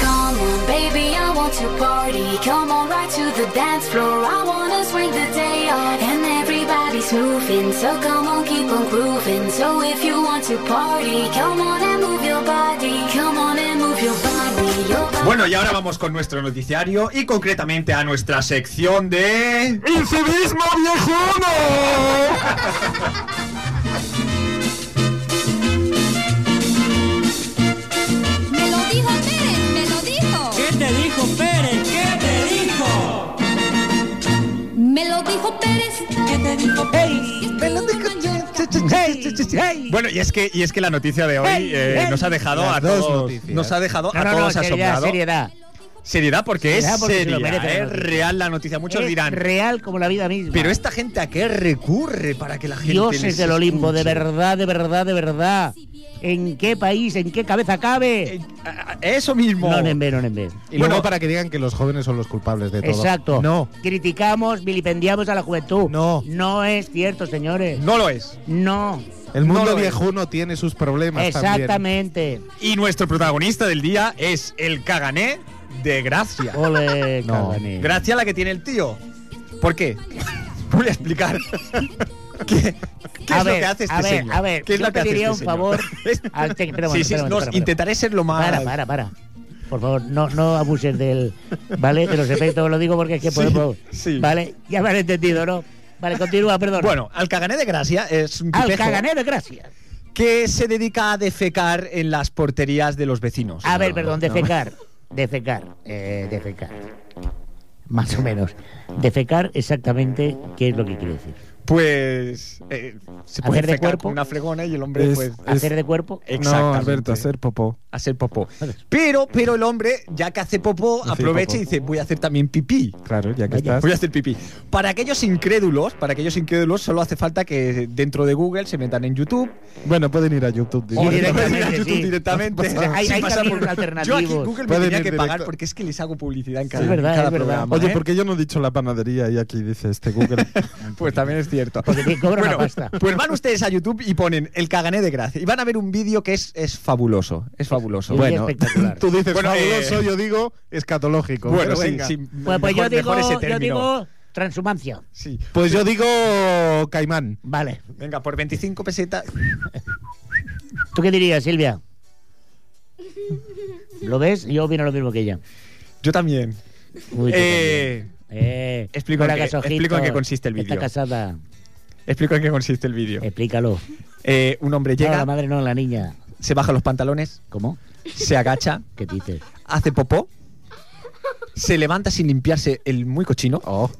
Speaker 7: Come on, baby, I want to party. Come on, right to the dance floor. I wanna swing the day off, and everybody's moving. So come on, keep on grooving. So if you want to party, come on and move your body. Come on and move your body. Your body.
Speaker 1: Bueno, y ahora vamos con nuestro noticiario y concretamente a nuestra sección de. ¡Incivismo viejuno!
Speaker 8: Me lo dijo Pérez, me lo dijo.
Speaker 9: ¿Qué te dijo Pérez? ¿Qué te dijo?
Speaker 8: Me lo dijo Pérez.
Speaker 9: ¿Qué te dijo Pérez?
Speaker 1: Bueno, y es que, y es que la noticia de hoy
Speaker 2: Ey,
Speaker 1: eh,
Speaker 2: ey.
Speaker 1: nos ha dejado
Speaker 4: Las
Speaker 1: a
Speaker 4: dos
Speaker 1: todos.
Speaker 4: noticias.
Speaker 1: Nos ha dejado
Speaker 2: No,
Speaker 1: a
Speaker 2: no, no,
Speaker 1: todos
Speaker 2: seriedad,
Speaker 1: asombrados.
Speaker 2: seriedad.
Speaker 1: Seriedad porque
Speaker 2: Seriedad
Speaker 1: es
Speaker 2: porque se lo
Speaker 1: seria,
Speaker 2: merece Eh, la
Speaker 1: es
Speaker 2: noticia.
Speaker 1: real la noticia. Muchos
Speaker 2: Es
Speaker 1: dirán,
Speaker 2: real como la vida misma.
Speaker 1: pero esta gente a qué recurre para que la gente
Speaker 2: Dioses
Speaker 1: les
Speaker 2: del Olimpo, de
Speaker 1: escuche?
Speaker 2: verdad, de verdad, de verdad. ¿En qué país, en qué cabeza cabe?
Speaker 1: Eh, a- a- Eso mismo.
Speaker 2: No en vez, no en vez.
Speaker 4: Y
Speaker 1: Bueno.
Speaker 4: luego para que digan que los jóvenes son los culpables de todo.
Speaker 2: Exacto.
Speaker 4: No.
Speaker 2: Criticamos, vilipendiamos a la juventud.
Speaker 4: No.
Speaker 2: No es cierto, señores.
Speaker 1: No lo es.
Speaker 2: No.
Speaker 4: El
Speaker 1: No
Speaker 4: mundo
Speaker 1: lo es.
Speaker 4: viejuno tiene sus problemas también.
Speaker 2: Exactamente.
Speaker 1: Y nuestro protagonista del día es el cagané de Gracia.
Speaker 2: Oh. Ole,
Speaker 4: No.
Speaker 2: Cavani.
Speaker 1: Gracia la que tiene el tío. ¿Por qué? Voy a explicar. ¿Qué, qué
Speaker 2: A
Speaker 1: es lo
Speaker 2: ver,
Speaker 1: que hace este
Speaker 2: a ver,
Speaker 1: señor?
Speaker 2: a ver,
Speaker 1: ¿Qué es
Speaker 2: yo
Speaker 1: lo que hace
Speaker 2: pediría
Speaker 1: este
Speaker 2: un
Speaker 1: señor?
Speaker 2: favor
Speaker 1: Es-
Speaker 2: al tec- espera
Speaker 1: sí, sí,
Speaker 2: un momento, espera un momento,
Speaker 1: no,
Speaker 2: espera un momento.
Speaker 1: intentaré ser lo más.
Speaker 2: Para, para, para. Por favor, no, no abuses del. ¿Vale? De los efectos, lo digo porque es que
Speaker 1: Sí,
Speaker 2: podemos.
Speaker 1: sí.
Speaker 2: Vale, ya me han entendido, ¿no? Vale, continúa, perdón.
Speaker 1: Bueno, al cagané de Gracia es un
Speaker 2: al
Speaker 1: tipejo
Speaker 2: caganero, gracias.
Speaker 1: que se dedica a defecar en las porterías de los vecinos.
Speaker 2: A ver, perdón, defecar. Defecar. Eh, defecar. Más o menos. Defecar exactamente qué es lo que quiere decir.
Speaker 1: Pues eh, se puede
Speaker 2: Hacer de
Speaker 1: defecar
Speaker 2: cuerpo.
Speaker 1: con una fregona y el hombre
Speaker 5: Es-
Speaker 1: pues
Speaker 2: Hacer de cuerpo.
Speaker 5: No,
Speaker 1: Exactamente.
Speaker 5: Alberto, hacer popó.
Speaker 1: hacer popó. Pero pero el hombre ya que hace popó
Speaker 5: Hace
Speaker 1: aprovecha y
Speaker 5: popó.
Speaker 1: dice, "Voy a hacer también pipí."
Speaker 5: Claro, ya que
Speaker 1: Voy a
Speaker 5: estás.
Speaker 1: hacer pipí. Para aquellos incrédulos, para aquellos incrédulos solo hace falta que dentro de Google se metan en YouTube
Speaker 5: Bueno, pueden ir a YouTube.
Speaker 1: o directamente
Speaker 5: directamente.
Speaker 1: a
Speaker 2: sí. Pues,
Speaker 1: YouTube directamente.
Speaker 2: sea, hay-
Speaker 1: sin
Speaker 2: hay
Speaker 1: pasar
Speaker 2: caminos
Speaker 1: por- Yo
Speaker 2: alternativos.
Speaker 1: aquí Google me
Speaker 5: Pueden
Speaker 1: tenía
Speaker 5: ir
Speaker 1: que pagar
Speaker 5: directo.
Speaker 1: porque es que les hago publicidad en cada,
Speaker 2: es verdad,
Speaker 1: en cada
Speaker 2: es verdad.
Speaker 1: programa.
Speaker 5: Oye,
Speaker 1: ¿eh?
Speaker 5: ¿por qué yo no he dicho la panadería y aquí dice este Google?
Speaker 1: Pues también es cierto.
Speaker 2: Porque te cobra una
Speaker 1: Bueno,
Speaker 2: pasta.
Speaker 1: pues van ustedes a YouTube y ponen el cagané de gracia. Y van a ver un vídeo que es, es fabuloso. Es fabuloso.
Speaker 2: Es
Speaker 1: bueno,
Speaker 2: espectacular.
Speaker 4: Tú dices
Speaker 1: Bueno,
Speaker 4: fabuloso,
Speaker 1: eh,
Speaker 4: yo digo escatológico.
Speaker 1: bueno,
Speaker 4: pero
Speaker 1: sí,
Speaker 4: venga.
Speaker 1: sí,
Speaker 2: Pues, pues yo
Speaker 1: mejor-
Speaker 2: digo,
Speaker 1: mejor ese
Speaker 2: yo
Speaker 1: término.
Speaker 2: digo transhumancia.
Speaker 1: Sí.
Speaker 4: Pues yo digo caimán.
Speaker 2: Vale.
Speaker 1: Venga, por 25 pesetas.
Speaker 2: ¿Tú qué dirías, Silvia? ¿Lo ves? Yo opino lo mismo que ella.
Speaker 1: Yo también.
Speaker 2: Uy, tú
Speaker 1: Eh,
Speaker 2: también. Eh,
Speaker 1: explico
Speaker 2: no le
Speaker 1: en qué-
Speaker 2: hagas ojitos.
Speaker 1: explico en qué consiste el vídeo.
Speaker 2: Está casada.
Speaker 1: Explico en qué consiste el vídeo.
Speaker 2: Explícalo.
Speaker 1: Eh, un hombre
Speaker 2: No,
Speaker 1: llega,
Speaker 2: la madre no, la niña.
Speaker 1: se baja los pantalones,
Speaker 2: ¿Cómo?
Speaker 1: se agacha,
Speaker 2: ¿Qué dices?
Speaker 1: hace popó, se levanta sin limpiarse el muy cochino
Speaker 2: Oh.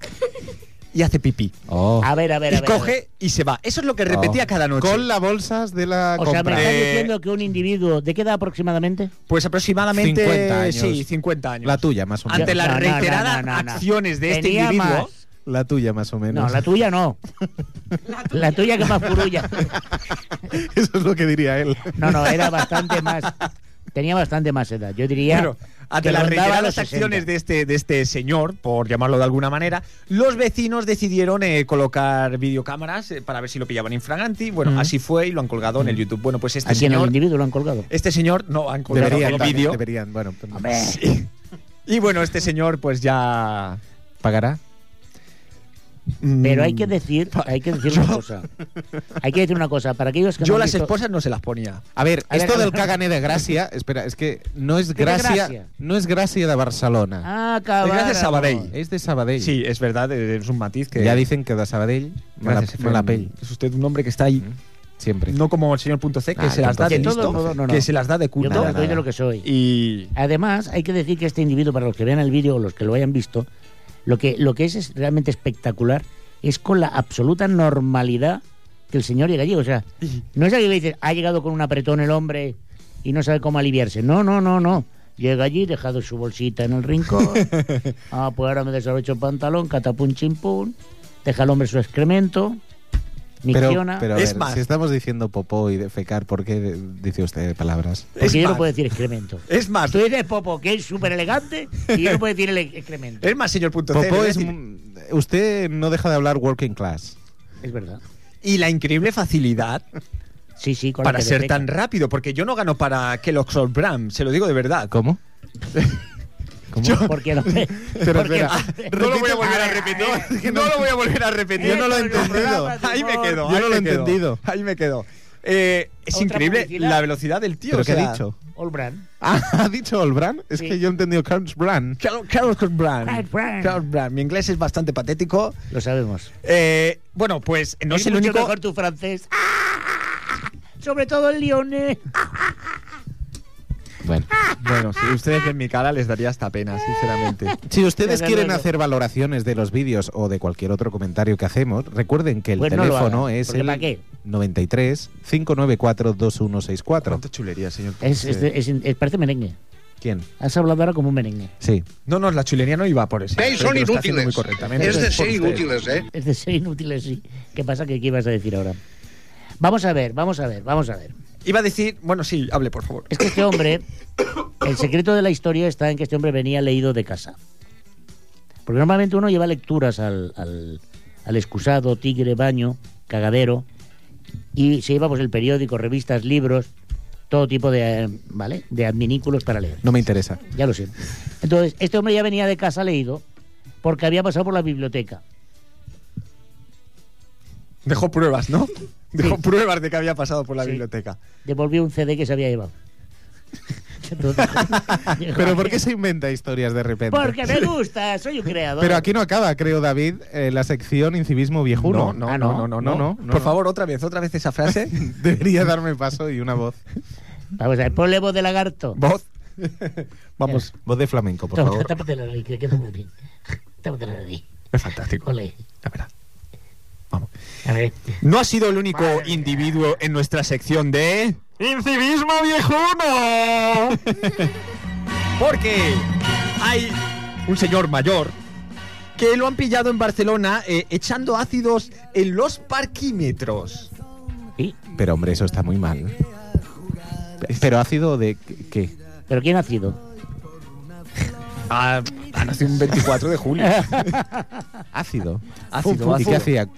Speaker 1: y hace pipí.
Speaker 4: Oh.
Speaker 2: A ver, a ver, a
Speaker 1: Oh. Y
Speaker 2: ver. a ver.
Speaker 1: coge y se va. Eso es lo que repetía cada noche.
Speaker 4: Con las bolsas de la
Speaker 2: O sea, me
Speaker 4: compra.
Speaker 2: estás
Speaker 1: Eh,
Speaker 2: diciendo que un individuo, ¿de qué edad aproximadamente?
Speaker 1: Pues aproximadamente
Speaker 4: 50 años.
Speaker 1: sí, 50 años.
Speaker 4: La tuya, más o menos.
Speaker 1: Ante
Speaker 2: No,
Speaker 1: las
Speaker 2: no, no,
Speaker 1: reiteradas
Speaker 2: no, no, no.
Speaker 1: acciones de este
Speaker 2: Tenía
Speaker 1: individuo,
Speaker 2: más.
Speaker 4: La tuya, más o menos.
Speaker 2: No, la tuya no. La tuya que más purulla.
Speaker 4: Eso es lo que diría él.
Speaker 2: No, no, era bastante más. Tenía bastante más edad. Yo diría.
Speaker 1: claro, ante
Speaker 2: que
Speaker 1: las
Speaker 2: rondaba
Speaker 1: reiteradas
Speaker 2: los 60.
Speaker 1: acciones de este, de este señor, por llamarlo de alguna manera, los vecinos decidieron eh, colocar videocámaras eh, para ver si lo pillaban infraganti. Bueno,
Speaker 2: Mm.
Speaker 1: así fue y lo han colgado en el YouTube. Bueno, pues este
Speaker 2: ¿A quién? ¿Al
Speaker 1: señor,
Speaker 2: individuo lo han colgado?
Speaker 1: este señor no han colgado
Speaker 4: Deberían,
Speaker 1: el
Speaker 4: también,
Speaker 1: vídeo.
Speaker 4: deberían. Bueno, pues,
Speaker 2: Hombre.
Speaker 1: Y bueno, este señor pues ya mm,
Speaker 4: ¿pagará?
Speaker 2: Pero hay que decir, hay que decir una cosa. Hay que decir una cosa. Para aquellos que no
Speaker 1: Yo
Speaker 2: han
Speaker 1: las
Speaker 2: visto-
Speaker 1: esposas no se las ponía.
Speaker 4: A ver,
Speaker 2: A ver,
Speaker 4: esto
Speaker 2: a
Speaker 4: del
Speaker 2: ver.
Speaker 4: caganer de gracia, espera, és que no és
Speaker 2: de
Speaker 4: gràcia,
Speaker 2: Gràcia.
Speaker 4: no és gràcia de Barcelona.
Speaker 2: Ah, cabrón.
Speaker 1: Gracias, Sabadell. eh,
Speaker 4: És de Sabadell.
Speaker 1: Sí, es verdad, es un matiz que...
Speaker 4: Ya dicen que de Sabadell mala,
Speaker 1: Gracias,
Speaker 4: mala
Speaker 1: Efraín.
Speaker 4: pell,
Speaker 1: Es usted un hombre que está ahí,
Speaker 4: siempre.
Speaker 1: no como el señor punto C, que
Speaker 4: Ah,
Speaker 1: se las
Speaker 4: punto
Speaker 1: da de
Speaker 4: C.
Speaker 1: listo,
Speaker 2: Todo, todo, no, no.
Speaker 1: que se las da de
Speaker 2: Yo
Speaker 1: culto.
Speaker 2: todo
Speaker 4: Nada,
Speaker 2: soy de
Speaker 4: nada.
Speaker 2: lo que soy.
Speaker 1: Y
Speaker 2: Además, hay que decir que este individuo, para los que vean el vídeo o los que lo hayan visto, lo que, lo que es, es realmente espectacular es con la absoluta normalidad que el señor llega allí. O sea, no es alguien que dice, ha llegado con un apretón el hombre y no sabe cómo aliviarse. No, no, no, no. Llega allí, dejado su bolsita en el rincón. ah, pues ahora me desabrocho el pantalón, catapum chimpum. Deja al hombre su excremento.
Speaker 4: Pero,
Speaker 2: Micciona.
Speaker 4: pero a ver,
Speaker 1: Es más.
Speaker 4: si estamos diciendo popó y de fecar, ¿por qué dice usted palabras?
Speaker 1: es
Speaker 2: porque yo no
Speaker 1: más.
Speaker 2: puedo decir excremento.
Speaker 1: es más,
Speaker 2: Tú dices Popo, que es súper elegante, y yo no puedo decir el excremento.
Speaker 1: es más, señor punto C. le
Speaker 4: Popó
Speaker 1: voy a
Speaker 4: es...
Speaker 1: decir-
Speaker 4: un- Usted no deja de hablar working class.
Speaker 2: Es verdad.
Speaker 1: Y la increíble facilidad
Speaker 2: Sí, sí, con la
Speaker 1: para
Speaker 2: que
Speaker 1: ser
Speaker 2: defeca.
Speaker 1: tan rápido, porque yo no gano para que los Bram, se lo digo de verdad.
Speaker 4: ¿Cómo?
Speaker 2: Porque no sé.
Speaker 1: Pero
Speaker 2: porque-
Speaker 1: espera, no lo voy a volver a repetir. No lo voy a volver a repetir.
Speaker 2: Yo no lo he Esto es un entendido. programa de
Speaker 1: Ahí me
Speaker 2: humor.
Speaker 1: quedo.
Speaker 4: Yo
Speaker 1: ahí
Speaker 4: no lo
Speaker 1: me
Speaker 4: he
Speaker 1: quedo,
Speaker 4: entendido.
Speaker 1: Ahí me quedo. Eh, es
Speaker 2: Otra
Speaker 1: increíble
Speaker 2: publicidad.
Speaker 1: la velocidad del tío.
Speaker 4: ¿Pero
Speaker 1: o
Speaker 4: qué ha
Speaker 1: sea,
Speaker 4: dicho?
Speaker 2: Olbran.
Speaker 4: Ah, ¿ha dicho Olbran? Es
Speaker 2: Sí.
Speaker 4: que yo he entendido Carl Brand.
Speaker 1: Carl- Carl Bram.
Speaker 2: Carl Bram.
Speaker 1: Carl Bram. Mi inglés es bastante patético.
Speaker 2: Lo sabemos.
Speaker 1: Eh, bueno, pues no es el
Speaker 2: mucho
Speaker 1: único.
Speaker 2: mejor tu francés. Sobre todo el Lyonés.
Speaker 4: Bueno.
Speaker 1: Bueno, si ustedes ven mi cara, les daría hasta pena, sinceramente.
Speaker 4: Si ustedes
Speaker 2: Desde
Speaker 4: quieren
Speaker 2: luego.
Speaker 4: hacer valoraciones de los vídeos o de cualquier otro comentario que hacemos, recuerden que el
Speaker 2: Pues no lo
Speaker 4: teléfono
Speaker 2: hagan,
Speaker 4: es
Speaker 2: porque ¿para qué?
Speaker 4: el 93 594 2164.
Speaker 1: Cuánta chulería, señor. Este,
Speaker 2: Es, es, es- es- parece merengue.
Speaker 4: ¿Quién?
Speaker 2: Has hablado ahora como un merengue.
Speaker 4: Sí.
Speaker 1: No, no, la chulería no iba por eso.
Speaker 10: Veis, son
Speaker 1: Creo que lo está haciendo
Speaker 10: inútiles.
Speaker 1: muy correctamente.
Speaker 10: Es de
Speaker 1: Por
Speaker 10: ser
Speaker 1: usted.
Speaker 10: inútiles, ¿eh?
Speaker 2: Es de ser inútiles, sí. ¿Qué pasa? ¿Qué, ¿Qué ibas a decir ahora? Vamos a ver, vamos a ver, vamos a ver.
Speaker 1: Iba a decir, bueno, sí, hable, por favor.
Speaker 2: Es que este hombre, el secreto de la historia está en que este hombre venía leído de casa. Porque normalmente uno lleva lecturas al, al- al excusado, tigre, baño, cagadero, y se lleva pues, el periódico, revistas, libros, todo tipo de, eh, ¿vale? de adminículos para leer.
Speaker 4: No me interesa.
Speaker 2: Ya lo sé. Entonces, este hombre ya venía de casa leído porque había pasado por la biblioteca.
Speaker 1: Dejó pruebas, ¿no? Dejó
Speaker 2: Sí.
Speaker 1: pruebas de que había pasado por la
Speaker 2: Sí.
Speaker 1: biblioteca.
Speaker 2: Devolvió un CD que se había llevado. Entonces, dijo,
Speaker 4: ¿Pero por qué se inventa historias de repente?
Speaker 2: Porque me gusta, soy un creador.
Speaker 4: Pero aquí no acaba, creo, David, eh, la sección incivismo
Speaker 1: No,
Speaker 4: viejuno.
Speaker 1: no,
Speaker 2: Ah,
Speaker 1: no,
Speaker 2: no.
Speaker 1: no, no, no,
Speaker 4: No, no,
Speaker 1: Por
Speaker 4: no.
Speaker 1: favor, otra vez, otra vez esa frase.
Speaker 4: Debería darme paso y una voz.
Speaker 2: Vamos a ver, ponle voz de lagarto.
Speaker 1: Voz. Vamos.
Speaker 4: Voz de flamenco, por
Speaker 2: Toma,
Speaker 4: favor.
Speaker 2: Tápate la nariz, que queda muy bien. Tápate la nariz.
Speaker 1: Es fantástico.
Speaker 2: Ole.
Speaker 1: La verdad. Vamos.
Speaker 2: A ver.
Speaker 1: No ha sido el único individuo en nuestra sección de. ¡Incivismo viejuno! Porque hay un señor mayor que lo han pillado en Barcelona eh, echando ácidos en los parquímetros.
Speaker 2: ¿Sí?
Speaker 4: Pero hombre, eso está muy mal. Pero ácido de qué?
Speaker 2: ¿Pero quién ha sido? Ah,
Speaker 1: Ha, ha nacido un 24 de julio.
Speaker 4: Ácido.
Speaker 1: Ácido,
Speaker 4: ¿Y
Speaker 1: ácido.
Speaker 4: qué hacía?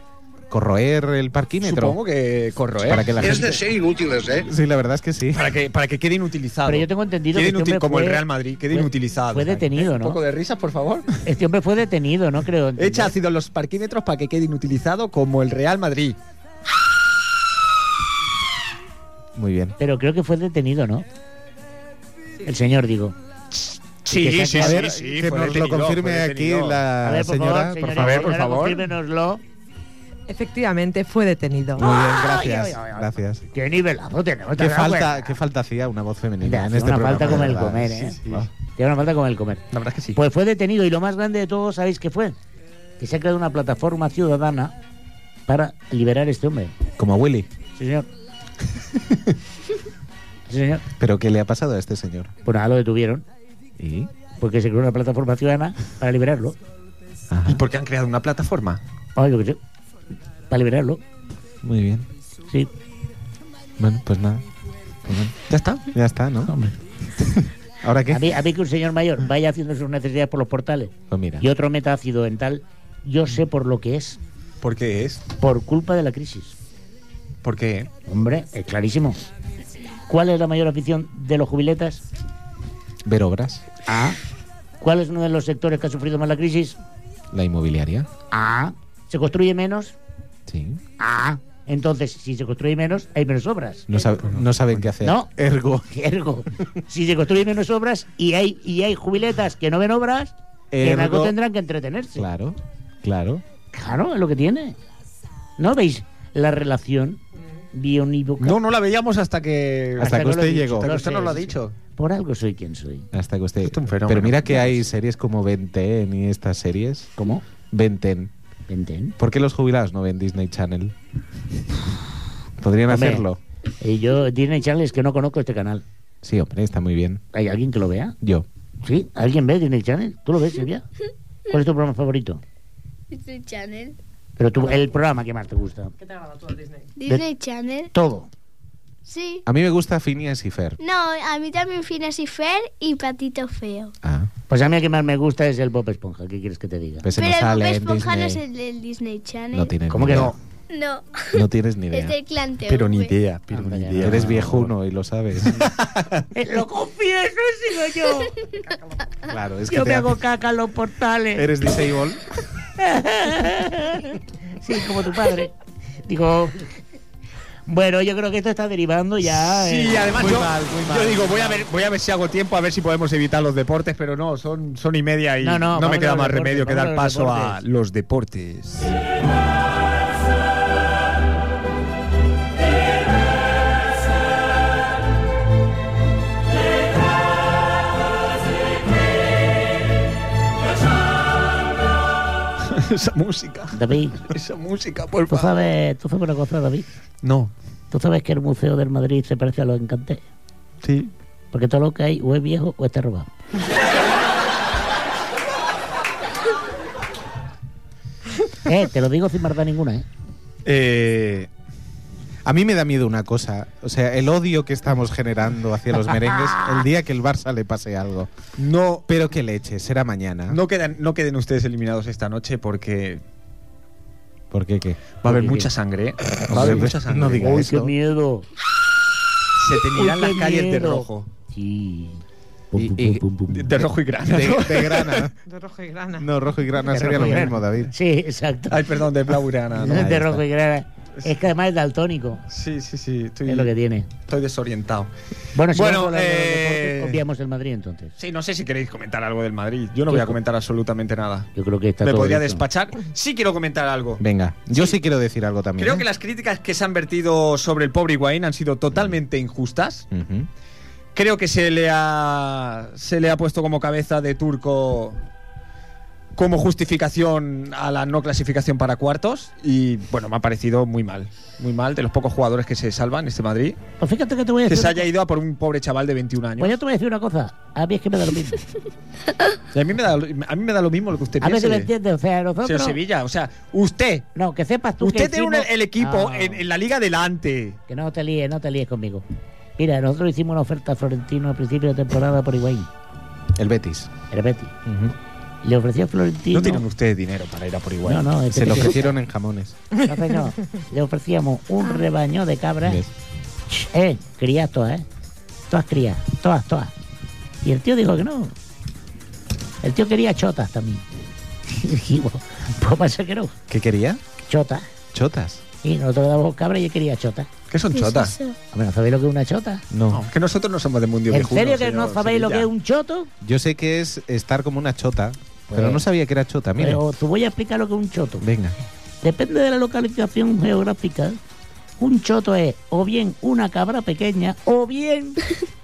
Speaker 4: ¿Corroer el parquímetro?
Speaker 1: Supongo que
Speaker 2: ¿eh?
Speaker 1: corroer.
Speaker 4: Para que la
Speaker 10: Es
Speaker 4: gente...
Speaker 10: de ser inútiles, ¿eh?
Speaker 4: Sí, la verdad es que sí.
Speaker 1: Para que, para que quede inutilizado.
Speaker 2: Pero yo tengo entendido
Speaker 1: Quede
Speaker 2: que este
Speaker 1: inútil,
Speaker 2: hombre
Speaker 1: como el
Speaker 2: fue-
Speaker 1: Real Madrid, quede
Speaker 2: fue-
Speaker 1: inutilizado.
Speaker 2: fue detenido,
Speaker 1: Un
Speaker 2: ¿no?
Speaker 1: poco de risas, por favor.
Speaker 2: Este hombre fue detenido, ¿no? Creo. ¿entendés?
Speaker 1: Echa ácido en los parquímetros para que quede inutilizado como el Real Madrid.
Speaker 4: Muy bien.
Speaker 2: Pero creo que fue detenido, ¿no? El señor, digo. Sí, sí, sí,
Speaker 4: A ver, que nos lo confirme aquí la
Speaker 2: A ver, por
Speaker 4: señora,
Speaker 2: favor,
Speaker 4: por
Speaker 2: señora,
Speaker 4: favor.
Speaker 1: por
Speaker 2: señora,
Speaker 1: favor.
Speaker 2: confírmenoslo.
Speaker 11: Efectivamente, fue detenido.
Speaker 4: Muy bien,
Speaker 2: Ay, ay, ay, ay.
Speaker 4: gracias. Gracias.
Speaker 2: Qué nivelado tenemos. ¿te
Speaker 4: Qué
Speaker 2: das
Speaker 4: falta,
Speaker 2: cuenta?
Speaker 4: qué falta hacía una voz
Speaker 2: Mira,
Speaker 4: femenina en
Speaker 2: hace
Speaker 4: este
Speaker 2: una
Speaker 4: programa.
Speaker 2: falta como
Speaker 4: de
Speaker 2: el
Speaker 4: verdad.
Speaker 2: comer, ¿eh?
Speaker 4: Sí, sí. Ah.
Speaker 2: Tiene una falta con el comer.
Speaker 1: La verdad es que sí.
Speaker 2: Pues fue detenido y lo más grande de todo, ¿sabéis qué fue? Que se ha creado una plataforma ciudadana para liberar a este hombre.
Speaker 4: Como Willy.
Speaker 2: Sí, señor. sí, señor.
Speaker 4: ¿Pero qué le ha pasado a este señor?
Speaker 2: Pues nada, lo detuvieron
Speaker 4: ¿Y?
Speaker 2: porque se creó una plataforma ciudadana para liberarlo.
Speaker 1: ¿Y por qué han creado una plataforma?
Speaker 2: Ay, yo qué sé. Para liberarlo,
Speaker 4: Muy bien.
Speaker 2: sí.
Speaker 4: Bueno, pues nada. Pues bueno,
Speaker 1: Ya está.
Speaker 4: ya está, ¿no? ¿Ahora qué?
Speaker 2: A mí, a mí que un señor mayor vaya haciendo sus necesidades por los portales
Speaker 4: Pues mira.
Speaker 2: y otro meta ácido en tal, yo sé por lo que es,
Speaker 1: ¿Por qué es?
Speaker 2: por culpa de la crisis.
Speaker 1: ¿Por qué?
Speaker 2: Hombre, es clarísimo. ¿Cuál es la mayor afición de los jubiletas?
Speaker 4: Ver obras,
Speaker 2: ¿Cuál es uno de los sectores que ha sufrido más la crisis?
Speaker 4: la inmobiliaria.
Speaker 2: Ah. se construye menos.
Speaker 4: Sí.
Speaker 2: Ah, entonces si se construye menos, hay menos obras.
Speaker 4: No, sab- no saben qué hacer.
Speaker 2: No.
Speaker 4: Eh, Ergo.
Speaker 2: Ergo, si se construyen menos obras y hay y hay jubiletas que no ven obras, que en algo
Speaker 4: Ergo-
Speaker 2: tendrán que entretenerse.
Speaker 4: Claro, claro.
Speaker 2: Claro, es lo que tiene. ¿No veis la relación
Speaker 4: Mm.
Speaker 2: bionívoca?
Speaker 1: No, no la veíamos hasta que.
Speaker 4: Hasta que
Speaker 2: no lo he
Speaker 4: usted
Speaker 2: dicho,
Speaker 4: llegó.
Speaker 1: Hasta que usted
Speaker 2: sé,
Speaker 1: nos lo ha
Speaker 2: sí, sí.
Speaker 1: dicho.
Speaker 2: Por algo soy quien soy.
Speaker 4: Hasta que usted.
Speaker 1: Esto es un fenómeno.
Speaker 4: Pero mira que hay series como Venten y estas series.
Speaker 2: ¿Cómo?
Speaker 4: Venten.
Speaker 2: ¿Venten?
Speaker 4: ¿Por qué los jubilados no ven Disney Channel? Podrían
Speaker 2: Hombre.
Speaker 4: hacerlo.
Speaker 2: Y yo, Disney Channel, es que no conozco este canal.
Speaker 4: Sí, hombre, está muy bien.
Speaker 2: ¿Hay alguien que lo vea?
Speaker 4: Yo.
Speaker 2: ¿Sí? ¿Alguien ve Disney Channel? ¿Tú lo ves, Silvia? ¿Cuál es tu programa favorito?
Speaker 10: Disney Channel.
Speaker 2: Pero tú, el programa que más te gusta.
Speaker 11: ¿Qué te ha ganado tú al Disney?
Speaker 10: Disney Channel.
Speaker 2: Todo.
Speaker 10: Sí.
Speaker 4: A mí me gusta Phineas y Fer.
Speaker 10: No, a mí también Finas y Fer y Patito Feo.
Speaker 2: Pues a mí el que más me gusta es el Bob Esponja. ¿Qué quieres que te diga?
Speaker 4: Ah, Pues se
Speaker 10: Pero
Speaker 4: nos
Speaker 10: el Bob
Speaker 4: sale en
Speaker 10: Esponja no es
Speaker 4: Disney.
Speaker 10: el del Disney Channel.
Speaker 4: No tienes
Speaker 2: ¿Cómo
Speaker 4: ni
Speaker 2: que
Speaker 4: idea.
Speaker 2: no?
Speaker 10: No.
Speaker 4: No tienes ni idea.
Speaker 10: es del clan TV.
Speaker 1: Pero ni idea, pero
Speaker 2: Anda
Speaker 1: ni
Speaker 2: ya.
Speaker 1: idea.
Speaker 4: Eres viejuno y lo sabes.
Speaker 2: Eh, lo confieso, sigo yo.
Speaker 4: claro, es que
Speaker 2: Yo
Speaker 4: te
Speaker 2: me
Speaker 4: hace-
Speaker 2: hago caca en los portales.
Speaker 4: eres disabled.
Speaker 2: sí, como tu padre. Digo. Bueno, yo creo que esto está derivando ya.
Speaker 1: Sí,
Speaker 2: eh,
Speaker 1: además
Speaker 2: muy
Speaker 1: yo,
Speaker 2: mal, muy mal.
Speaker 1: yo digo, voy a, ver, voy a ver si hago tiempo, a ver si podemos evitar los deportes, pero no, son, son y media y
Speaker 2: No,
Speaker 1: no,
Speaker 2: no, vamos
Speaker 1: me
Speaker 2: a
Speaker 1: queda
Speaker 2: los
Speaker 1: más
Speaker 2: deportes,
Speaker 1: remedio que dar
Speaker 2: vamos a los
Speaker 1: paso a
Speaker 2: deportes.
Speaker 1: los deportes. Esa música,
Speaker 2: David,
Speaker 1: esa música, por
Speaker 2: tú
Speaker 1: favor.
Speaker 2: sabes, tú sabes una cosa, David.
Speaker 1: No,
Speaker 2: Tú sabes que el Museo del Madrid se parece a los encantés.
Speaker 1: sí.
Speaker 2: Porque todo lo que hay o es viejo o está robado. eh, te lo digo sin maldad ninguna, ¿eh?
Speaker 4: Eh, a mí me da miedo una cosa. O sea, el odio que estamos generando hacia los merengues el día que el Barça le pase algo.
Speaker 1: No,
Speaker 4: Pero qué leche, será mañana.
Speaker 1: no, quedan, no queden ustedes eliminados esta noche porque
Speaker 4: ¿Por qué qué?
Speaker 1: va a haber mucha sangre. ¿eh? Va a haber mucha sangre.
Speaker 4: No digas.
Speaker 2: Uy, qué
Speaker 4: esto.
Speaker 2: miedo.
Speaker 1: Se teñirán
Speaker 2: Uy,
Speaker 1: las
Speaker 2: qué
Speaker 1: calles de
Speaker 2: miedo.
Speaker 1: rojo.
Speaker 2: Sí.
Speaker 4: Y- y-
Speaker 1: De, de rojo y grana.
Speaker 4: De,
Speaker 1: ¿no?
Speaker 4: de grana.
Speaker 11: De rojo y grana.
Speaker 4: No, rojo y grana
Speaker 2: De
Speaker 4: sería
Speaker 2: rojo
Speaker 4: lo
Speaker 2: y grana.
Speaker 4: mismo, David.
Speaker 2: Sí, exacto.
Speaker 1: Ay, perdón, de blau y grana. ¿no?
Speaker 2: de
Speaker 4: está.
Speaker 2: rojo y grana. Es que además es daltónico.
Speaker 1: Sí, sí, sí. Estoy,
Speaker 2: Es lo que tiene.
Speaker 1: estoy desorientado.
Speaker 2: Bueno, si
Speaker 1: Bueno,
Speaker 2: vamos a hablar de los
Speaker 1: eh,
Speaker 2: deportes, obviamos el Madrid entonces.
Speaker 1: Sí, no sé si queréis comentar algo del Madrid. Yo no voy a comentar absolutamente nada.
Speaker 2: Yo creo que está
Speaker 1: Me
Speaker 2: todo
Speaker 1: podría
Speaker 2: dicho.
Speaker 1: despachar. Sí quiero comentar algo.
Speaker 4: Venga, yo sí quiero decir algo también.
Speaker 1: Creo
Speaker 4: ¿eh?
Speaker 1: que las críticas que se han vertido sobre el pobre Higuaín han sido totalmente injustas.
Speaker 4: Ujú.
Speaker 1: Creo que se le ha se le ha puesto como cabeza de turco como justificación a la no clasificación para cuartos y bueno, me ha parecido muy mal, muy mal de los pocos jugadores que se salvan este Madrid,
Speaker 2: Pues fíjate que te voy a
Speaker 1: que
Speaker 2: decir.
Speaker 1: se haya ido a por un pobre chaval de 21
Speaker 2: Pues
Speaker 1: años.
Speaker 2: yo te voy a decir una cosa. A mí es que me da lo mismo.
Speaker 1: Y a mí me da lo- a mí me da lo mismo lo que usted
Speaker 2: A ver si me
Speaker 1: piense.
Speaker 2: entiendes. O sea,
Speaker 1: Si el
Speaker 2: nosotros.
Speaker 1: Sevilla, o sea, usted
Speaker 2: No, que sepas tú que.
Speaker 1: usted tiene un-
Speaker 2: hicimos- Ah.
Speaker 1: el equipo
Speaker 2: No,
Speaker 1: en, en la liga delante.
Speaker 2: Que no te líes, no te líes conmigo. Mira, nosotros hicimos una oferta a Florentino a principio de temporada por Higuaín.
Speaker 4: El Betis.
Speaker 2: El Betis. Le ofreció a Florentino.
Speaker 1: No tienen ustedes dinero para ir a por igual.
Speaker 2: No, no, este
Speaker 4: Se lo
Speaker 2: tío-
Speaker 4: ofrecieron en jamones.
Speaker 2: No, señor. Le ofrecíamos un rebaño de cabras.
Speaker 4: ¿Ves?
Speaker 2: Ch, Eh, crías todas, ¿eh? Todas crías, todas, todas. Y el tío dijo que no. El tío quería chotas también. Y dijimos, pues pasa que no.
Speaker 4: ¿Qué quería?
Speaker 2: Chotas.
Speaker 4: Chotas.
Speaker 2: Y nosotros le damos cabras y él quería chotas.
Speaker 1: ¿Qué son
Speaker 10: ¿Qué es
Speaker 1: chotas?
Speaker 10: eso?
Speaker 2: Hombre, ¿no sabéis lo que es una chota?
Speaker 4: No.
Speaker 1: No, que nosotros no somos de mundial
Speaker 2: ¿En serio que no sabéis lo que es un choto?
Speaker 4: Yo sé que es estar como una chota, pero
Speaker 2: Pues-
Speaker 4: no sabía que era chota. Mira.
Speaker 2: Pero te voy a explicar lo que es un choto.
Speaker 4: Venga.
Speaker 2: Depende de la localización geográfica. Un choto es o bien una cabra pequeña o bien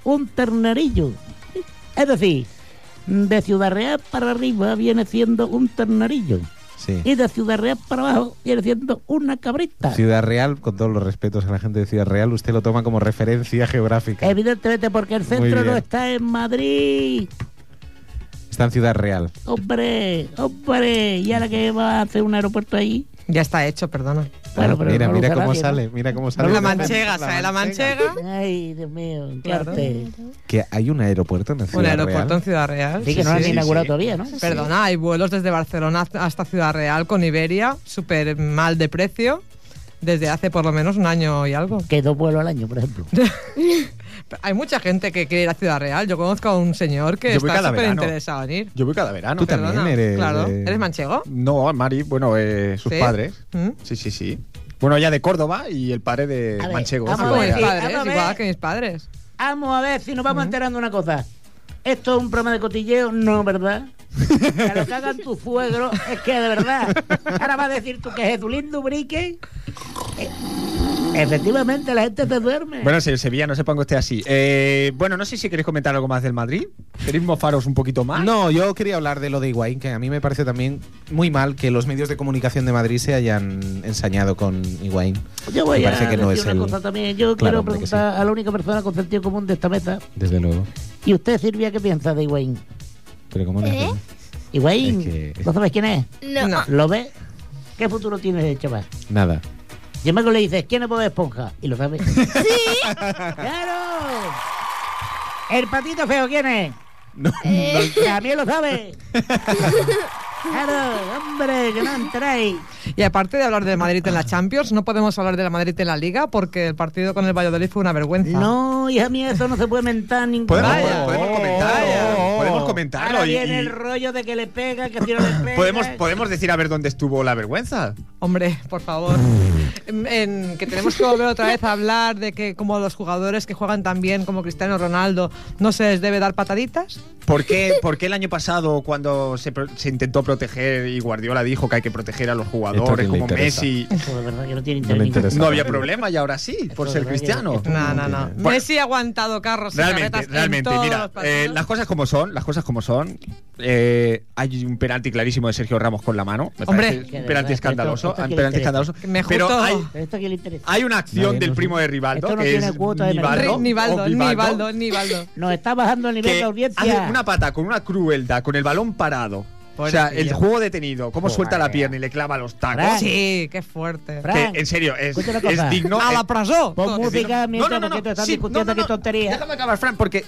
Speaker 2: un ternerillo. Es decir, de Ciudad Real para arriba viene siendo un ternerillo.
Speaker 4: Sí.
Speaker 2: Y de Ciudad Real para abajo viene siendo una cabrita.
Speaker 4: Ciudad Real, con todos los respetos a la gente de Ciudad Real, usted lo toma como referencia geográfica.
Speaker 2: Eh, Evidentemente porque el
Speaker 4: Muy
Speaker 2: centro no
Speaker 4: bien.
Speaker 2: está en Madrid.
Speaker 4: Está en Ciudad Real.
Speaker 2: Hombre, hombre. Y ahora que va a hacer un aeropuerto ahí.
Speaker 11: Ya está hecho, perdona.
Speaker 2: Bueno, pero
Speaker 4: mira,
Speaker 2: no lo
Speaker 4: mira
Speaker 2: usa
Speaker 4: cómo
Speaker 2: nadie, ¿no?
Speaker 4: sale, mira cómo sale.
Speaker 11: La manchega, ¿sabes? La manchega.
Speaker 2: Ay, Dios mío, qué
Speaker 11: Claro.
Speaker 2: arte.
Speaker 4: Que hay un aeropuerto en Ciudad
Speaker 11: Un aeropuerto en
Speaker 4: Real.
Speaker 11: Ciudad Real.
Speaker 2: Sí, que no lo han inaugurado todavía, ¿no?
Speaker 11: Perdona, hay vuelos desde Barcelona hasta Ciudad Real con Iberia, súper mal de precio. Desde hace por lo menos un año y algo.
Speaker 2: Que dos vuelos al año, por ejemplo.
Speaker 11: Hay mucha gente que quiere ir a Ciudad Real. Yo conozco a un señor que
Speaker 1: Yo voy
Speaker 11: está
Speaker 1: cada
Speaker 11: súper
Speaker 1: verano.
Speaker 11: interesado en ir.
Speaker 1: Yo voy cada verano.
Speaker 4: Tú también
Speaker 11: Perdona,
Speaker 4: eres,
Speaker 11: Claro.
Speaker 4: eh,
Speaker 11: ¿Eres manchego?
Speaker 1: No, Mari, bueno, eh, sus
Speaker 11: ¿Sí?
Speaker 1: padres.
Speaker 11: ¿Mm?
Speaker 1: Sí, sí, sí. Bueno, ella de Córdoba y el padre de
Speaker 2: A ver,
Speaker 1: Manchego.
Speaker 2: vamos
Speaker 1: Ciudad
Speaker 2: a ver.
Speaker 1: Real.
Speaker 11: Mis padres,
Speaker 2: vamos a ver.
Speaker 11: igual que mis padres.
Speaker 2: Vamos a ver si nos vamos enterando una cosa. Esto es un programa de cotilleo, no, ¿verdad? Que lo que hagan tus suegros es que de verdad. Ahora va a decir tú que Jesulín Dubrique. Eh, efectivamente, la gente se duerme.
Speaker 1: Bueno, señor Sevilla, no se ponga usted así. Eh, bueno, no sé si queréis comentar algo más del Madrid. ¿Queréis mofaros un poquito más?
Speaker 4: No, yo quería hablar de lo de Higuaín, que a mí me parece también muy mal que los medios de comunicación de Madrid se hayan ensañado con Higuaín.
Speaker 2: Yo voy
Speaker 4: me parece
Speaker 2: a
Speaker 4: que no
Speaker 2: decir
Speaker 4: es
Speaker 2: una
Speaker 4: el...
Speaker 2: cosa también. Yo
Speaker 4: Claro,
Speaker 2: quiero
Speaker 4: hombre, que
Speaker 2: preguntar a la única persona con sentido común de esta mesa.
Speaker 5: Desde luego.
Speaker 2: ¿Y usted, Silvia, qué piensa de Higuaín?
Speaker 5: Pero ¿cómo
Speaker 10: ¿Eh?
Speaker 5: no?
Speaker 2: Higuaín,
Speaker 5: Es que-
Speaker 2: ¿no sabes quién es?
Speaker 10: No.
Speaker 11: No.
Speaker 2: ¿Lo ves? ¿Qué futuro tiene ese chaval?
Speaker 5: Nada.
Speaker 2: Yo me le dices, ¿quién es Bob Esponja? Y lo sabes. ¡Sí! ¡Claro! El patito feo, ¿quién es?
Speaker 10: Eh,
Speaker 2: También lo sabe. claro, hombre, que no entráis.
Speaker 11: Y aparte de hablar del Madrid en la Champions, no podemos hablar de la Madrid en la Liga porque el partido con el Valladolid fue una vergüenza.
Speaker 2: No, hija mía, eso no se puede mentar ningún
Speaker 1: Ah. Podemos,
Speaker 11: Vaya.
Speaker 1: podemos comentarlo.
Speaker 11: Vaya.
Speaker 1: Podemos comentarlo.
Speaker 2: Oh, Ahora
Speaker 1: y-
Speaker 2: viene
Speaker 1: y
Speaker 2: el rollo de que le pega, que si no le pega. Pues,
Speaker 1: podemos, podemos decir a ver dónde estuvo la vergüenza.
Speaker 11: Hombre, por favor. En- en que tenemos que volver otra vez a hablar de que como los jugadores que juegan tan bien como Cristiano Ronaldo no se les debe dar pataditas.
Speaker 1: ¿Por qué, por qué el año pasado, cuando se, pro- se intentó proteger y Guardiola dijo que hay que proteger a los jugadores
Speaker 5: quién le
Speaker 1: como
Speaker 5: interesa?
Speaker 1: Messi,
Speaker 2: Eso de verdad que no tiene interés.
Speaker 5: No me
Speaker 2: ningún.
Speaker 5: interesa.
Speaker 1: no había problema y ahora sí, por ser
Speaker 2: Esto de verdad que-
Speaker 1: cristiano?
Speaker 2: esto
Speaker 11: No, no, no.
Speaker 1: Bueno.
Speaker 11: Messi ha aguantado carros y
Speaker 1: Realmente,
Speaker 11: carretas en
Speaker 1: realmente,
Speaker 11: todos
Speaker 1: mira,
Speaker 11: los
Speaker 1: eh,
Speaker 11: partidos.
Speaker 1: las cosas como son, las cosas como son. Eh, hay un penalti clarísimo de Sergio Ramos con la mano. Me
Speaker 11: Hombre.
Speaker 1: parece
Speaker 2: Que de
Speaker 1: un
Speaker 2: verdad,
Speaker 1: penalti
Speaker 2: esto-
Speaker 1: escandaloso.
Speaker 2: esto
Speaker 1: un
Speaker 2: que le
Speaker 1: penalti
Speaker 2: interesa.
Speaker 1: escandaloso.
Speaker 11: Que me
Speaker 1: Pero
Speaker 11: justo-
Speaker 1: hay,
Speaker 2: Pero esto que le interesa.
Speaker 1: hay una acción
Speaker 5: Nadie
Speaker 1: del
Speaker 5: nos-
Speaker 1: primo de Rivaldo,
Speaker 2: Esto no
Speaker 1: que
Speaker 2: tiene
Speaker 1: es
Speaker 2: cuota de
Speaker 1: Nivaldo,
Speaker 2: mercado.
Speaker 11: Ri- Nivaldo,
Speaker 1: o
Speaker 11: Nivaldo, Nivaldo.
Speaker 2: Nos está bajando el nivel
Speaker 1: que
Speaker 2: de audiencia.
Speaker 1: hace una pata con una crueldad, con el balón parado. O sea, el
Speaker 11: Pobrecillo.
Speaker 1: juego detenido, cómo
Speaker 2: Joder.
Speaker 1: suelta la pierna y le clava los
Speaker 2: Frank.
Speaker 1: tacos.
Speaker 11: Sí, qué fuerte.
Speaker 1: Que,
Speaker 2: Frank,
Speaker 1: en serio, es,
Speaker 2: escucha una
Speaker 1: es
Speaker 2: cosa.
Speaker 1: digno.
Speaker 11: a
Speaker 1: es-
Speaker 11: la prasó.
Speaker 2: Pon
Speaker 11: No, que sí.
Speaker 2: música Pues mientras porque te están
Speaker 1: sí,
Speaker 2: discutiendo
Speaker 1: no, no,
Speaker 2: qué
Speaker 1: no.
Speaker 2: tontería.
Speaker 1: Déjame acabar, Fran, porque,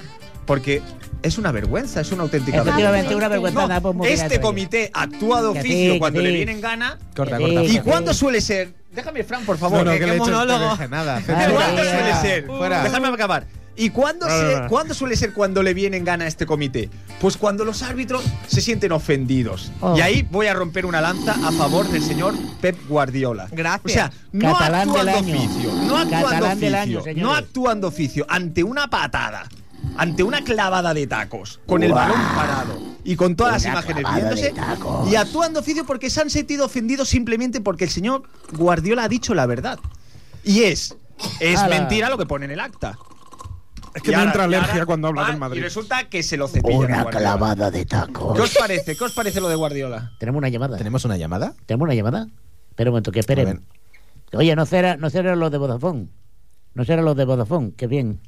Speaker 1: porque es una vergüenza, es una auténtica
Speaker 2: Efectivamente,
Speaker 1: vergüenza.
Speaker 2: una pues, vergüenza.
Speaker 1: No,
Speaker 2: nada, pon música,
Speaker 1: este
Speaker 2: coño.
Speaker 1: comité actúa de
Speaker 2: Que sí,
Speaker 1: oficio
Speaker 2: que
Speaker 1: cuando le
Speaker 2: sí.
Speaker 1: vienen gana.
Speaker 5: Corta,
Speaker 2: Sí,
Speaker 5: corta.
Speaker 2: sí,
Speaker 1: ¿Y
Speaker 2: sí.
Speaker 1: cuándo suele ser? Déjame, Fran, por
Speaker 4: No,
Speaker 1: favor. eh,
Speaker 4: no,
Speaker 1: que-
Speaker 4: que
Speaker 1: que
Speaker 4: le he hecho
Speaker 11: monólogo.
Speaker 4: esto, que- Nada.
Speaker 2: Ay,
Speaker 1: ¿Cuándo
Speaker 2: Fuera.
Speaker 1: suele ser?
Speaker 4: Fuera.
Speaker 1: Déjame acabar. ¿Y cuándo, se- cuándo suele ser cuando le vienen ganas a este comité? Pues cuando los árbitros se sienten ofendidos.
Speaker 2: Oh.
Speaker 1: Y ahí voy a romper una lanza a favor del señor Pep Guardiola.
Speaker 11: Gracias.
Speaker 1: O sea, no
Speaker 2: Catalán
Speaker 1: actúan
Speaker 2: del
Speaker 1: de
Speaker 2: año.
Speaker 1: oficio. No actúan de
Speaker 2: Catalán del año,
Speaker 1: oficio. no
Speaker 2: señores.
Speaker 1: actúan de oficio. Ante una patada, ante una clavada de tacos, con el balón parado y con todas las imágenes viéndose. Y actúan de oficio porque se han sentido ofendidos simplemente porque el señor Guardiola ha dicho la verdad. Y es. Es
Speaker 2: Ala.
Speaker 1: mentira lo que pone en el acta.
Speaker 5: Es que
Speaker 1: Y
Speaker 5: me
Speaker 1: ahora-
Speaker 5: entra
Speaker 1: y
Speaker 5: alergia
Speaker 1: ahora
Speaker 5: cuando habla
Speaker 1: van
Speaker 5: del Madrid.
Speaker 1: Y resulta que se lo cepillan. a Guardiola.
Speaker 2: de
Speaker 1: ¿Qué os
Speaker 2: tacos.
Speaker 1: parece? ¿Qué os parece lo de Guardiola?
Speaker 2: Tenemos una llamada.
Speaker 4: ¿Tenemos una llamada?
Speaker 2: ¿Tenemos una llamada? Espera un momento, que
Speaker 4: A ver.
Speaker 2: esperen. Oye, no será, no será los de Vodafone. No será los de Vodafone, qué bien.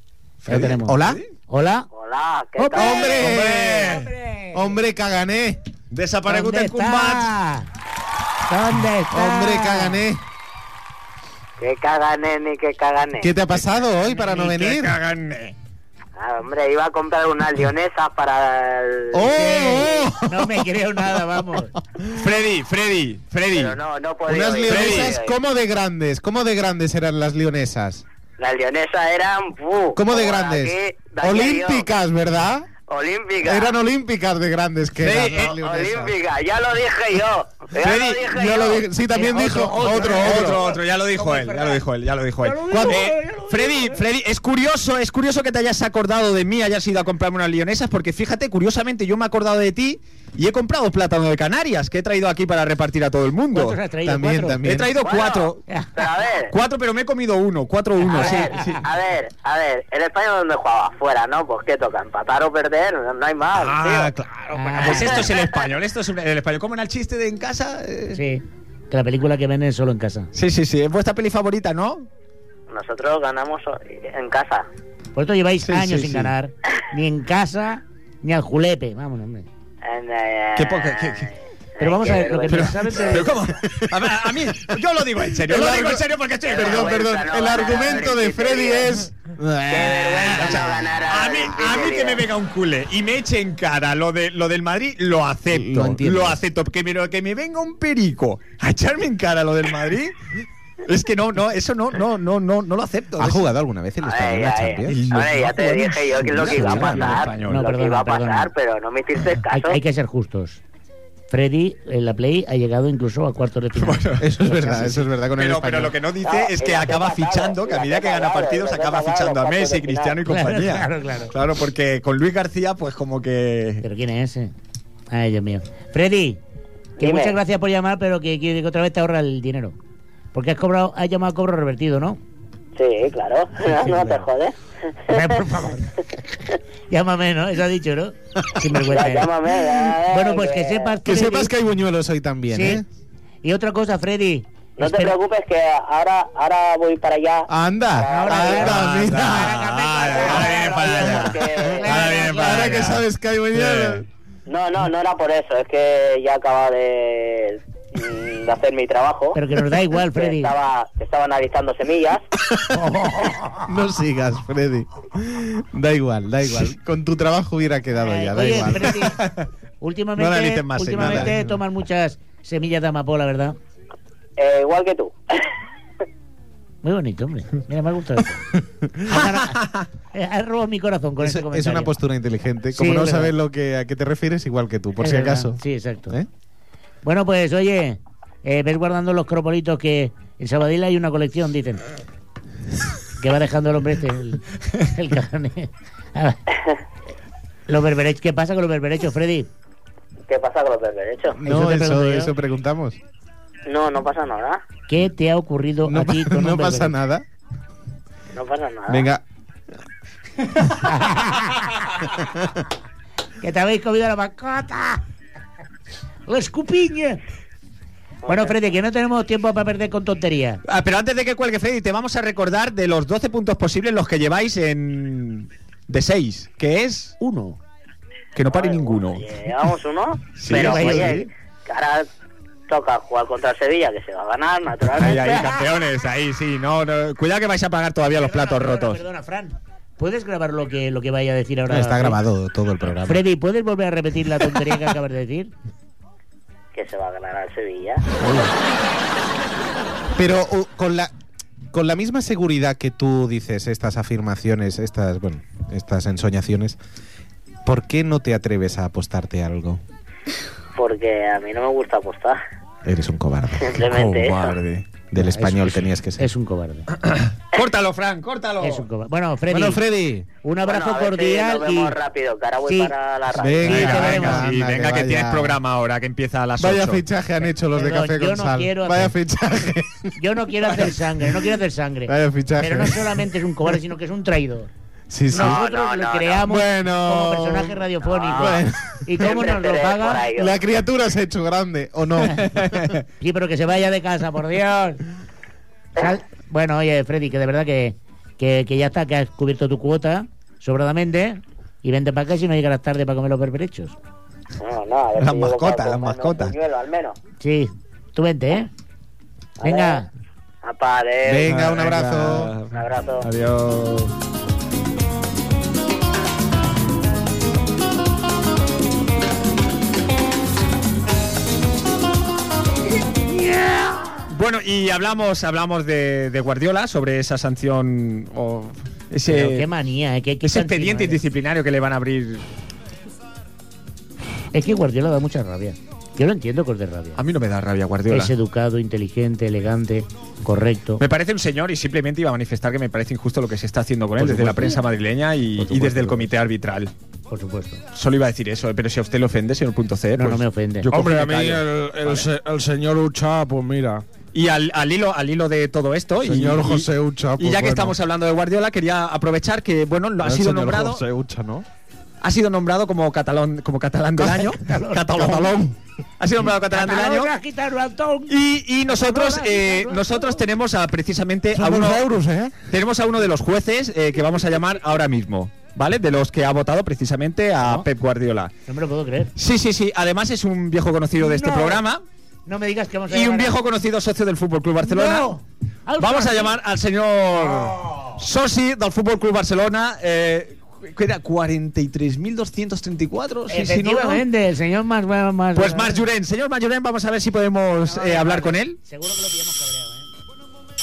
Speaker 2: Ya tenemos.
Speaker 4: ¿Hola?
Speaker 2: Hola.
Speaker 12: Hola, ¿qué
Speaker 2: Opa.
Speaker 12: tal?
Speaker 1: Oh,
Speaker 4: ¡Hombre! ¡Hombre, cagané!
Speaker 1: Desaparegut
Speaker 2: ¿Dónde
Speaker 1: en combat.
Speaker 2: está? ¿Dónde está?
Speaker 4: ¡Hombre, cagané!
Speaker 12: ¿Qué cagané ni qué cagané?
Speaker 4: ¿Qué te ha pasado hoy para no venir?
Speaker 12: Ah, hombre, iba a comprar unas lionesas para el...
Speaker 4: ¡Oh! oh!
Speaker 2: No me creo nada, vamos.
Speaker 1: Freddy, Freddy, Freddy.
Speaker 12: Pero no, no podía
Speaker 4: Unas
Speaker 12: ir,
Speaker 4: leonesas,
Speaker 12: no podía ir.
Speaker 4: ¿cómo de grandes? ¿Cómo de grandes eran las leonesas?
Speaker 12: Las lionesas eran... ¡buh!
Speaker 4: ¿Cómo de
Speaker 12: Como
Speaker 4: grandes?
Speaker 12: aquí, de aquí a
Speaker 4: Olímpicas, ¿verdad?
Speaker 12: Dios. Olímpicas.
Speaker 4: Eran olímpicas de grandes que
Speaker 1: Sí,
Speaker 4: eran
Speaker 1: eh,
Speaker 4: las leonesas.
Speaker 12: Olímpicas, ya lo dije yo. Ya
Speaker 1: Freddy,
Speaker 12: lo dije
Speaker 4: Yo
Speaker 12: yo.
Speaker 4: lo dije- sí, también
Speaker 2: Eh,
Speaker 4: dijo
Speaker 2: otro,
Speaker 4: otro,
Speaker 1: Otro,
Speaker 4: otro.
Speaker 1: otro, ya lo dijo él, ya lo dijo él, ya lo dijo él.
Speaker 4: ¿Cuándo?
Speaker 1: Eh, Freddy, Freddy, es curioso, es curioso que te hayas acordado de mí, hayas ido a comprarme unas lionesas, porque fíjate, curiosamente yo me he acordado de ti y he comprado plátano de Canarias, que he traído aquí para repartir a todo el mundo.
Speaker 2: ¿Cuántos has traído?
Speaker 4: También,
Speaker 2: ¿Cuatro?
Speaker 4: también.
Speaker 1: He traído
Speaker 12: Bueno,
Speaker 1: cuatro.
Speaker 12: Pero a ver...
Speaker 1: Cuatro, pero me he comido uno, cuatro uno,
Speaker 12: A
Speaker 1: sí,
Speaker 12: ver,
Speaker 1: sí.
Speaker 12: a ver, a ver, el España donde jugaba afuera, ¿no? Pues qué toca, empatar o perder, no hay más.
Speaker 1: Ah,
Speaker 12: tío.
Speaker 1: claro, bueno, pues esto es el español, esto es el español. ¿Cómo era el chiste de en casa? Eh,
Speaker 2: Sí, que la película que ven es solo en casa.
Speaker 1: Sí, sí, sí, es vuestra peli favorita, ¿no?
Speaker 12: Nosotros ganamos en casa.
Speaker 2: Por esto lleváis
Speaker 1: Sí, sí,
Speaker 2: años sin
Speaker 1: sí.
Speaker 2: ganar, ni en casa, ni al julepe. Vamos, hombre.
Speaker 12: En, eh,
Speaker 1: Qué poca- qué- qué-
Speaker 2: Pero vamos a ver, lo que
Speaker 12: vergüenza.
Speaker 2: pensaba- ¿Sabes?
Speaker 1: Pero ¿cómo? A, ver, a mí, yo lo digo en serio,
Speaker 4: El
Speaker 1: lo
Speaker 4: argu-
Speaker 1: digo en serio porque estoy...
Speaker 4: Perdón, perdón.
Speaker 12: no
Speaker 4: El
Speaker 12: ganar
Speaker 4: argumento de
Speaker 12: al
Speaker 4: Freddy
Speaker 12: Olímpico.
Speaker 4: es.
Speaker 12: Qué vergüenza
Speaker 1: O sea,
Speaker 12: no ganar al
Speaker 1: a mí,
Speaker 12: Olímpico,
Speaker 1: a mí que
Speaker 12: tío.
Speaker 1: me venga un culé y me eche en cara lo, de, lo del Madrid, lo acepto.
Speaker 4: Lo
Speaker 1: Lo,
Speaker 4: entiendes.
Speaker 1: acepto. Que me, que me venga un perico a echarme en cara lo del Madrid. Es que no, no, eso no, no, no, no, no lo acepto.
Speaker 4: ¿Ha
Speaker 1: Eso-
Speaker 4: jugado alguna vez el
Speaker 12: Ay,
Speaker 4: Español a
Speaker 12: ay,
Speaker 4: Champions?
Speaker 12: ay. Hombre, ya te dije yo que es lo que iba a
Speaker 2: Español,
Speaker 12: pasar.
Speaker 2: español.
Speaker 12: Lo
Speaker 2: No,
Speaker 12: que
Speaker 2: perdona,
Speaker 12: iba a pasar,
Speaker 2: perdona.
Speaker 12: pero no me hiciste
Speaker 2: Hay,
Speaker 12: caso.
Speaker 2: hay que ser justos. Freddy en la Play ha llegado incluso a cuartos de final.
Speaker 4: Eso es verdad, eso es verdad con el
Speaker 1: Pero, pero
Speaker 4: Español.
Speaker 1: lo que Ah, eh, no dice es que acaba fichando, que eh, a medida que gana partidos acaba fichando a Messi, Cristiano y
Speaker 2: Claro,
Speaker 1: compañía.
Speaker 2: claro, claro.
Speaker 1: Claro, porque con Luis García, pues como que.
Speaker 2: ¿Pero quién es ese? Ay, Dios mío. Freddy, que
Speaker 12: Dime.
Speaker 2: muchas gracias por llamar, pero que, que otra vez te ahorra el dinero. Porque has cobrado, has llamado a cobro revertido, ¿no?
Speaker 12: Sí, claro. No, no te jodes.
Speaker 2: Hombre, por favor. Llámame, ¿no? Eso ha dicho, ¿no? Sin vergüenza.
Speaker 12: Ya, llámame, ya,
Speaker 2: Bueno, pues que sepas
Speaker 4: Que
Speaker 2: Freddy,
Speaker 4: sepas que hay buñuelos hoy también,
Speaker 2: sí.
Speaker 4: ¿eh?
Speaker 2: Y otra cosa, Freddy.
Speaker 12: No te
Speaker 2: espera-
Speaker 12: preocupes que ahora, ahora voy para allá.
Speaker 4: Anda, anda, mira. Ahora que sabes que hay buñuelos.
Speaker 12: No, no, no era por eso. Es que ya acababa de, mm, de hacer mi trabajo.
Speaker 2: Pero que nos da igual,
Speaker 12: Que
Speaker 2: Freddy.
Speaker 12: Estaba, estaba analizando semillas.
Speaker 4: No sigas, Freddy. Da igual, da igual. Con tu trabajo hubiera quedado
Speaker 2: Eh,
Speaker 4: ya, da
Speaker 2: oye,
Speaker 4: igual.
Speaker 2: Freddy,
Speaker 4: No
Speaker 2: últimamente,
Speaker 4: analices más,
Speaker 2: últimamente
Speaker 4: nada.
Speaker 2: tomas muchas semillas de amapola, ¿verdad?
Speaker 12: Eh, igual que tú.
Speaker 2: Muy bonito, hombre. Mira, me ha gustado. Has ganado- eh, Has robado mi corazón con
Speaker 4: Es,
Speaker 2: ese
Speaker 4: es
Speaker 2: comentario.
Speaker 4: una postura inteligente.
Speaker 2: Sí,
Speaker 4: Como
Speaker 2: es
Speaker 4: no
Speaker 2: verdad.
Speaker 4: sabes lo que, a qué te refieres, igual que tú, por
Speaker 2: Es
Speaker 4: si
Speaker 2: verdad.
Speaker 4: acaso.
Speaker 2: Sí, exacto.
Speaker 4: ¿Eh?
Speaker 2: Bueno, pues oye, eh, ves guardando los cropolitos que en Sabadell hay una colección, dicen. Que va dejando el hombre este, el, el cajone. Ah, Los berberechos, ¿qué pasa con los berberechos, Freddy?
Speaker 12: ¿Qué pasa con los berberechos?
Speaker 4: No,
Speaker 2: te
Speaker 4: eso,
Speaker 2: pregunto yo.
Speaker 4: eso preguntamos.
Speaker 12: No, no pasa nada.
Speaker 2: ¿Qué te ha ocurrido
Speaker 4: No,
Speaker 2: aquí
Speaker 4: pa-
Speaker 2: con
Speaker 4: no
Speaker 2: un berberecho?
Speaker 4: pasa nada.
Speaker 12: No pasa nada.
Speaker 4: Venga,
Speaker 2: Que te habéis comido la mascota. La escupiña. Bueno, Freddy, que no tenemos tiempo para perder con tonterías.
Speaker 1: Ah, pero antes de que cuelgue Freddy, te vamos a recordar de los 12 puntos posibles los que lleváis en. de 6, que es.
Speaker 2: Uno.
Speaker 1: Que no pare ninguno.
Speaker 12: Oye, pues, eh, Llevamos uno.
Speaker 1: Sí,
Speaker 12: pero
Speaker 1: sí,
Speaker 12: oye, que ahora toca jugar contra el Sevilla, que se va a ganar,
Speaker 1: Ahí,
Speaker 12: naturalmente.
Speaker 1: ahí, campeones, ahí, sí. No, no, cuidado que vais a pagar todavía los platos
Speaker 2: Perdona,
Speaker 1: rotos.
Speaker 2: Perdona, Fran. ¿Puedes grabar lo que, lo que vaya a decir ahora?
Speaker 4: está
Speaker 2: Freddy?
Speaker 4: grabado todo el programa.
Speaker 2: Freddy, ¿puedes volver a repetir la tontería que acabas de decir?
Speaker 12: Que se va a ganar al Sevilla.
Speaker 4: Pero uh, con la con la misma seguridad que tú dices estas afirmaciones, estas bueno, estas ensoñaciones, ¿por qué no te atreves a apostarte algo?
Speaker 12: Porque a mí no me gusta apostar.
Speaker 4: Eres un cobarde.
Speaker 12: Simplemente eso.
Speaker 4: Del
Speaker 2: Es-
Speaker 4: español
Speaker 2: es-
Speaker 4: tenías que ser.
Speaker 2: Es un cobarde.
Speaker 1: Córtalo, Fran, córtalo.
Speaker 2: Es un cobarde. Bueno, Freddy.
Speaker 4: Bueno, Freddy.
Speaker 2: Un
Speaker 12: Bueno,
Speaker 2: abrazo
Speaker 12: a ver si
Speaker 2: cordial
Speaker 12: nos
Speaker 2: y.
Speaker 12: vemos rápido, que ahora voy
Speaker 2: Sí.
Speaker 12: para la radio.
Speaker 4: Venga,
Speaker 2: Sí,
Speaker 1: Venga,
Speaker 2: te
Speaker 1: venga,
Speaker 2: vemos.
Speaker 1: sí,
Speaker 4: Anda,
Speaker 1: venga,
Speaker 4: que
Speaker 1: que tienes
Speaker 4: vaya.
Speaker 1: programa ahora, que empieza a las 8.
Speaker 4: Vaya fichaje han hecho los
Speaker 2: Perdón,
Speaker 4: de Café
Speaker 2: yo
Speaker 4: con
Speaker 2: no
Speaker 4: Sal.
Speaker 2: quiero
Speaker 4: Vaya
Speaker 2: hacer-
Speaker 4: fichaje.
Speaker 2: Yo no quiero hacer sangre, no quiero hacer sangre.
Speaker 4: Vaya fichaje.
Speaker 2: Pero no solamente es un cobarde, sino que es un traidor.
Speaker 4: Sí, sí.
Speaker 12: No,
Speaker 2: Nosotros lo
Speaker 12: no, no.
Speaker 2: creamos
Speaker 4: Bueno.
Speaker 2: como personaje radiofónico.
Speaker 12: No.
Speaker 1: Ah.
Speaker 4: Bueno.
Speaker 2: ¿Y cómo
Speaker 12: Siempre
Speaker 2: nos lo
Speaker 12: seré por
Speaker 2: paga?
Speaker 12: ahí, yo.
Speaker 4: La criatura se ha hecho grande, ¿o no?
Speaker 2: Sí, pero que se vaya de casa, por Dios. Sal- Bueno, oye, Freddy, que de verdad que, que, que ya está, que has cubierto tu cuota sobradamente. Y vente para acá si no llegarás tarde para comer los berberechos.
Speaker 12: No, no, a ver
Speaker 1: Las
Speaker 12: si llego para
Speaker 1: mascotas, las
Speaker 12: comprarme un
Speaker 1: mascotas.
Speaker 12: buñuelo, al menos.
Speaker 2: Sí, tú vente, ¿eh? Venga.
Speaker 12: Apa, adeu.
Speaker 4: Venga, un abrazo.
Speaker 12: Ah, Un abrazo.
Speaker 1: Adiós. Bueno, y hablamos, hablamos de, de Guardiola sobre esa sanción o
Speaker 2: Pero
Speaker 1: ese,
Speaker 2: qué manía, ¿eh? Qué, qué
Speaker 1: ese
Speaker 2: cansino
Speaker 1: expediente
Speaker 2: eres.
Speaker 1: disciplinario que le van a abrir.
Speaker 2: Es que Guardiola da mucha rabia. Yo lo entiendo que os dé rabia.
Speaker 1: A mí no me da rabia Guardiola.
Speaker 2: Es educado, inteligente, elegante, correcto.
Speaker 1: Me parece un señor y simplemente iba a manifestar que me parece injusto lo que se está haciendo con él
Speaker 2: Por
Speaker 1: desde la
Speaker 2: supuesto.
Speaker 1: prensa madrileña y,
Speaker 2: Por
Speaker 1: y desde
Speaker 2: supuesto.
Speaker 1: el comité arbitral.
Speaker 2: Por supuesto.
Speaker 1: Solo iba a decir eso, pero si a usted le ofende, señor punto C,
Speaker 2: No,
Speaker 1: pues
Speaker 2: no me ofende.
Speaker 1: yo cojo y
Speaker 5: Hombre,
Speaker 1: me
Speaker 5: a mí
Speaker 1: callo.
Speaker 5: el, el se- el señor Ucha, pues mira.
Speaker 1: Y al, al hilo, al hilo de todo esto, y-
Speaker 5: Señor
Speaker 1: y,
Speaker 5: José Ucha,
Speaker 1: y
Speaker 5: pues
Speaker 1: ya que
Speaker 5: bueno.
Speaker 1: estamos hablando de Guardiola, quería aprovechar que bueno lo- ha
Speaker 5: El
Speaker 1: sido
Speaker 5: señor
Speaker 1: nombrado,
Speaker 5: José Ucha, ¿no?
Speaker 1: ha sido nombrado como catalán, como catalán del año, catalán, ha sido nombrado catalán del año.
Speaker 2: Cataluña, gitano, Antón.
Speaker 1: Y, y nosotros,
Speaker 2: Cataluña,
Speaker 1: eh,
Speaker 2: gitano,
Speaker 1: nosotros tenemos a precisamente a
Speaker 5: Son
Speaker 1: uno,
Speaker 5: unos euros, ¿eh?
Speaker 1: tenemos a uno de los jueces eh, que vamos a llamar ahora mismo, ¿vale? De los que ha votado precisamente a
Speaker 2: ¿No?
Speaker 1: Pep Guardiola.
Speaker 2: No me lo puedo creer.
Speaker 1: Sí, sí, sí. Además es un viejo conocido de este
Speaker 2: No.
Speaker 1: programa
Speaker 2: No me digas que vamos a
Speaker 1: y un
Speaker 2: llamar a-
Speaker 1: viejo conocido socio del Fútbol Club Barcelona.
Speaker 2: No. Alfa.
Speaker 1: Vamos a llamar al señor Sosi del Fútbol Club Barcelona. Eh, que era 43.234. si- si no, Pues ¿no?
Speaker 2: Efectivamente, el señor más bueno, más.
Speaker 1: Pues Marc Llorens. Señor Marc Llorens, vamos a ver si podemos eh, hablar con él.
Speaker 2: Seguro que lo pillamos cabreado, ¿eh?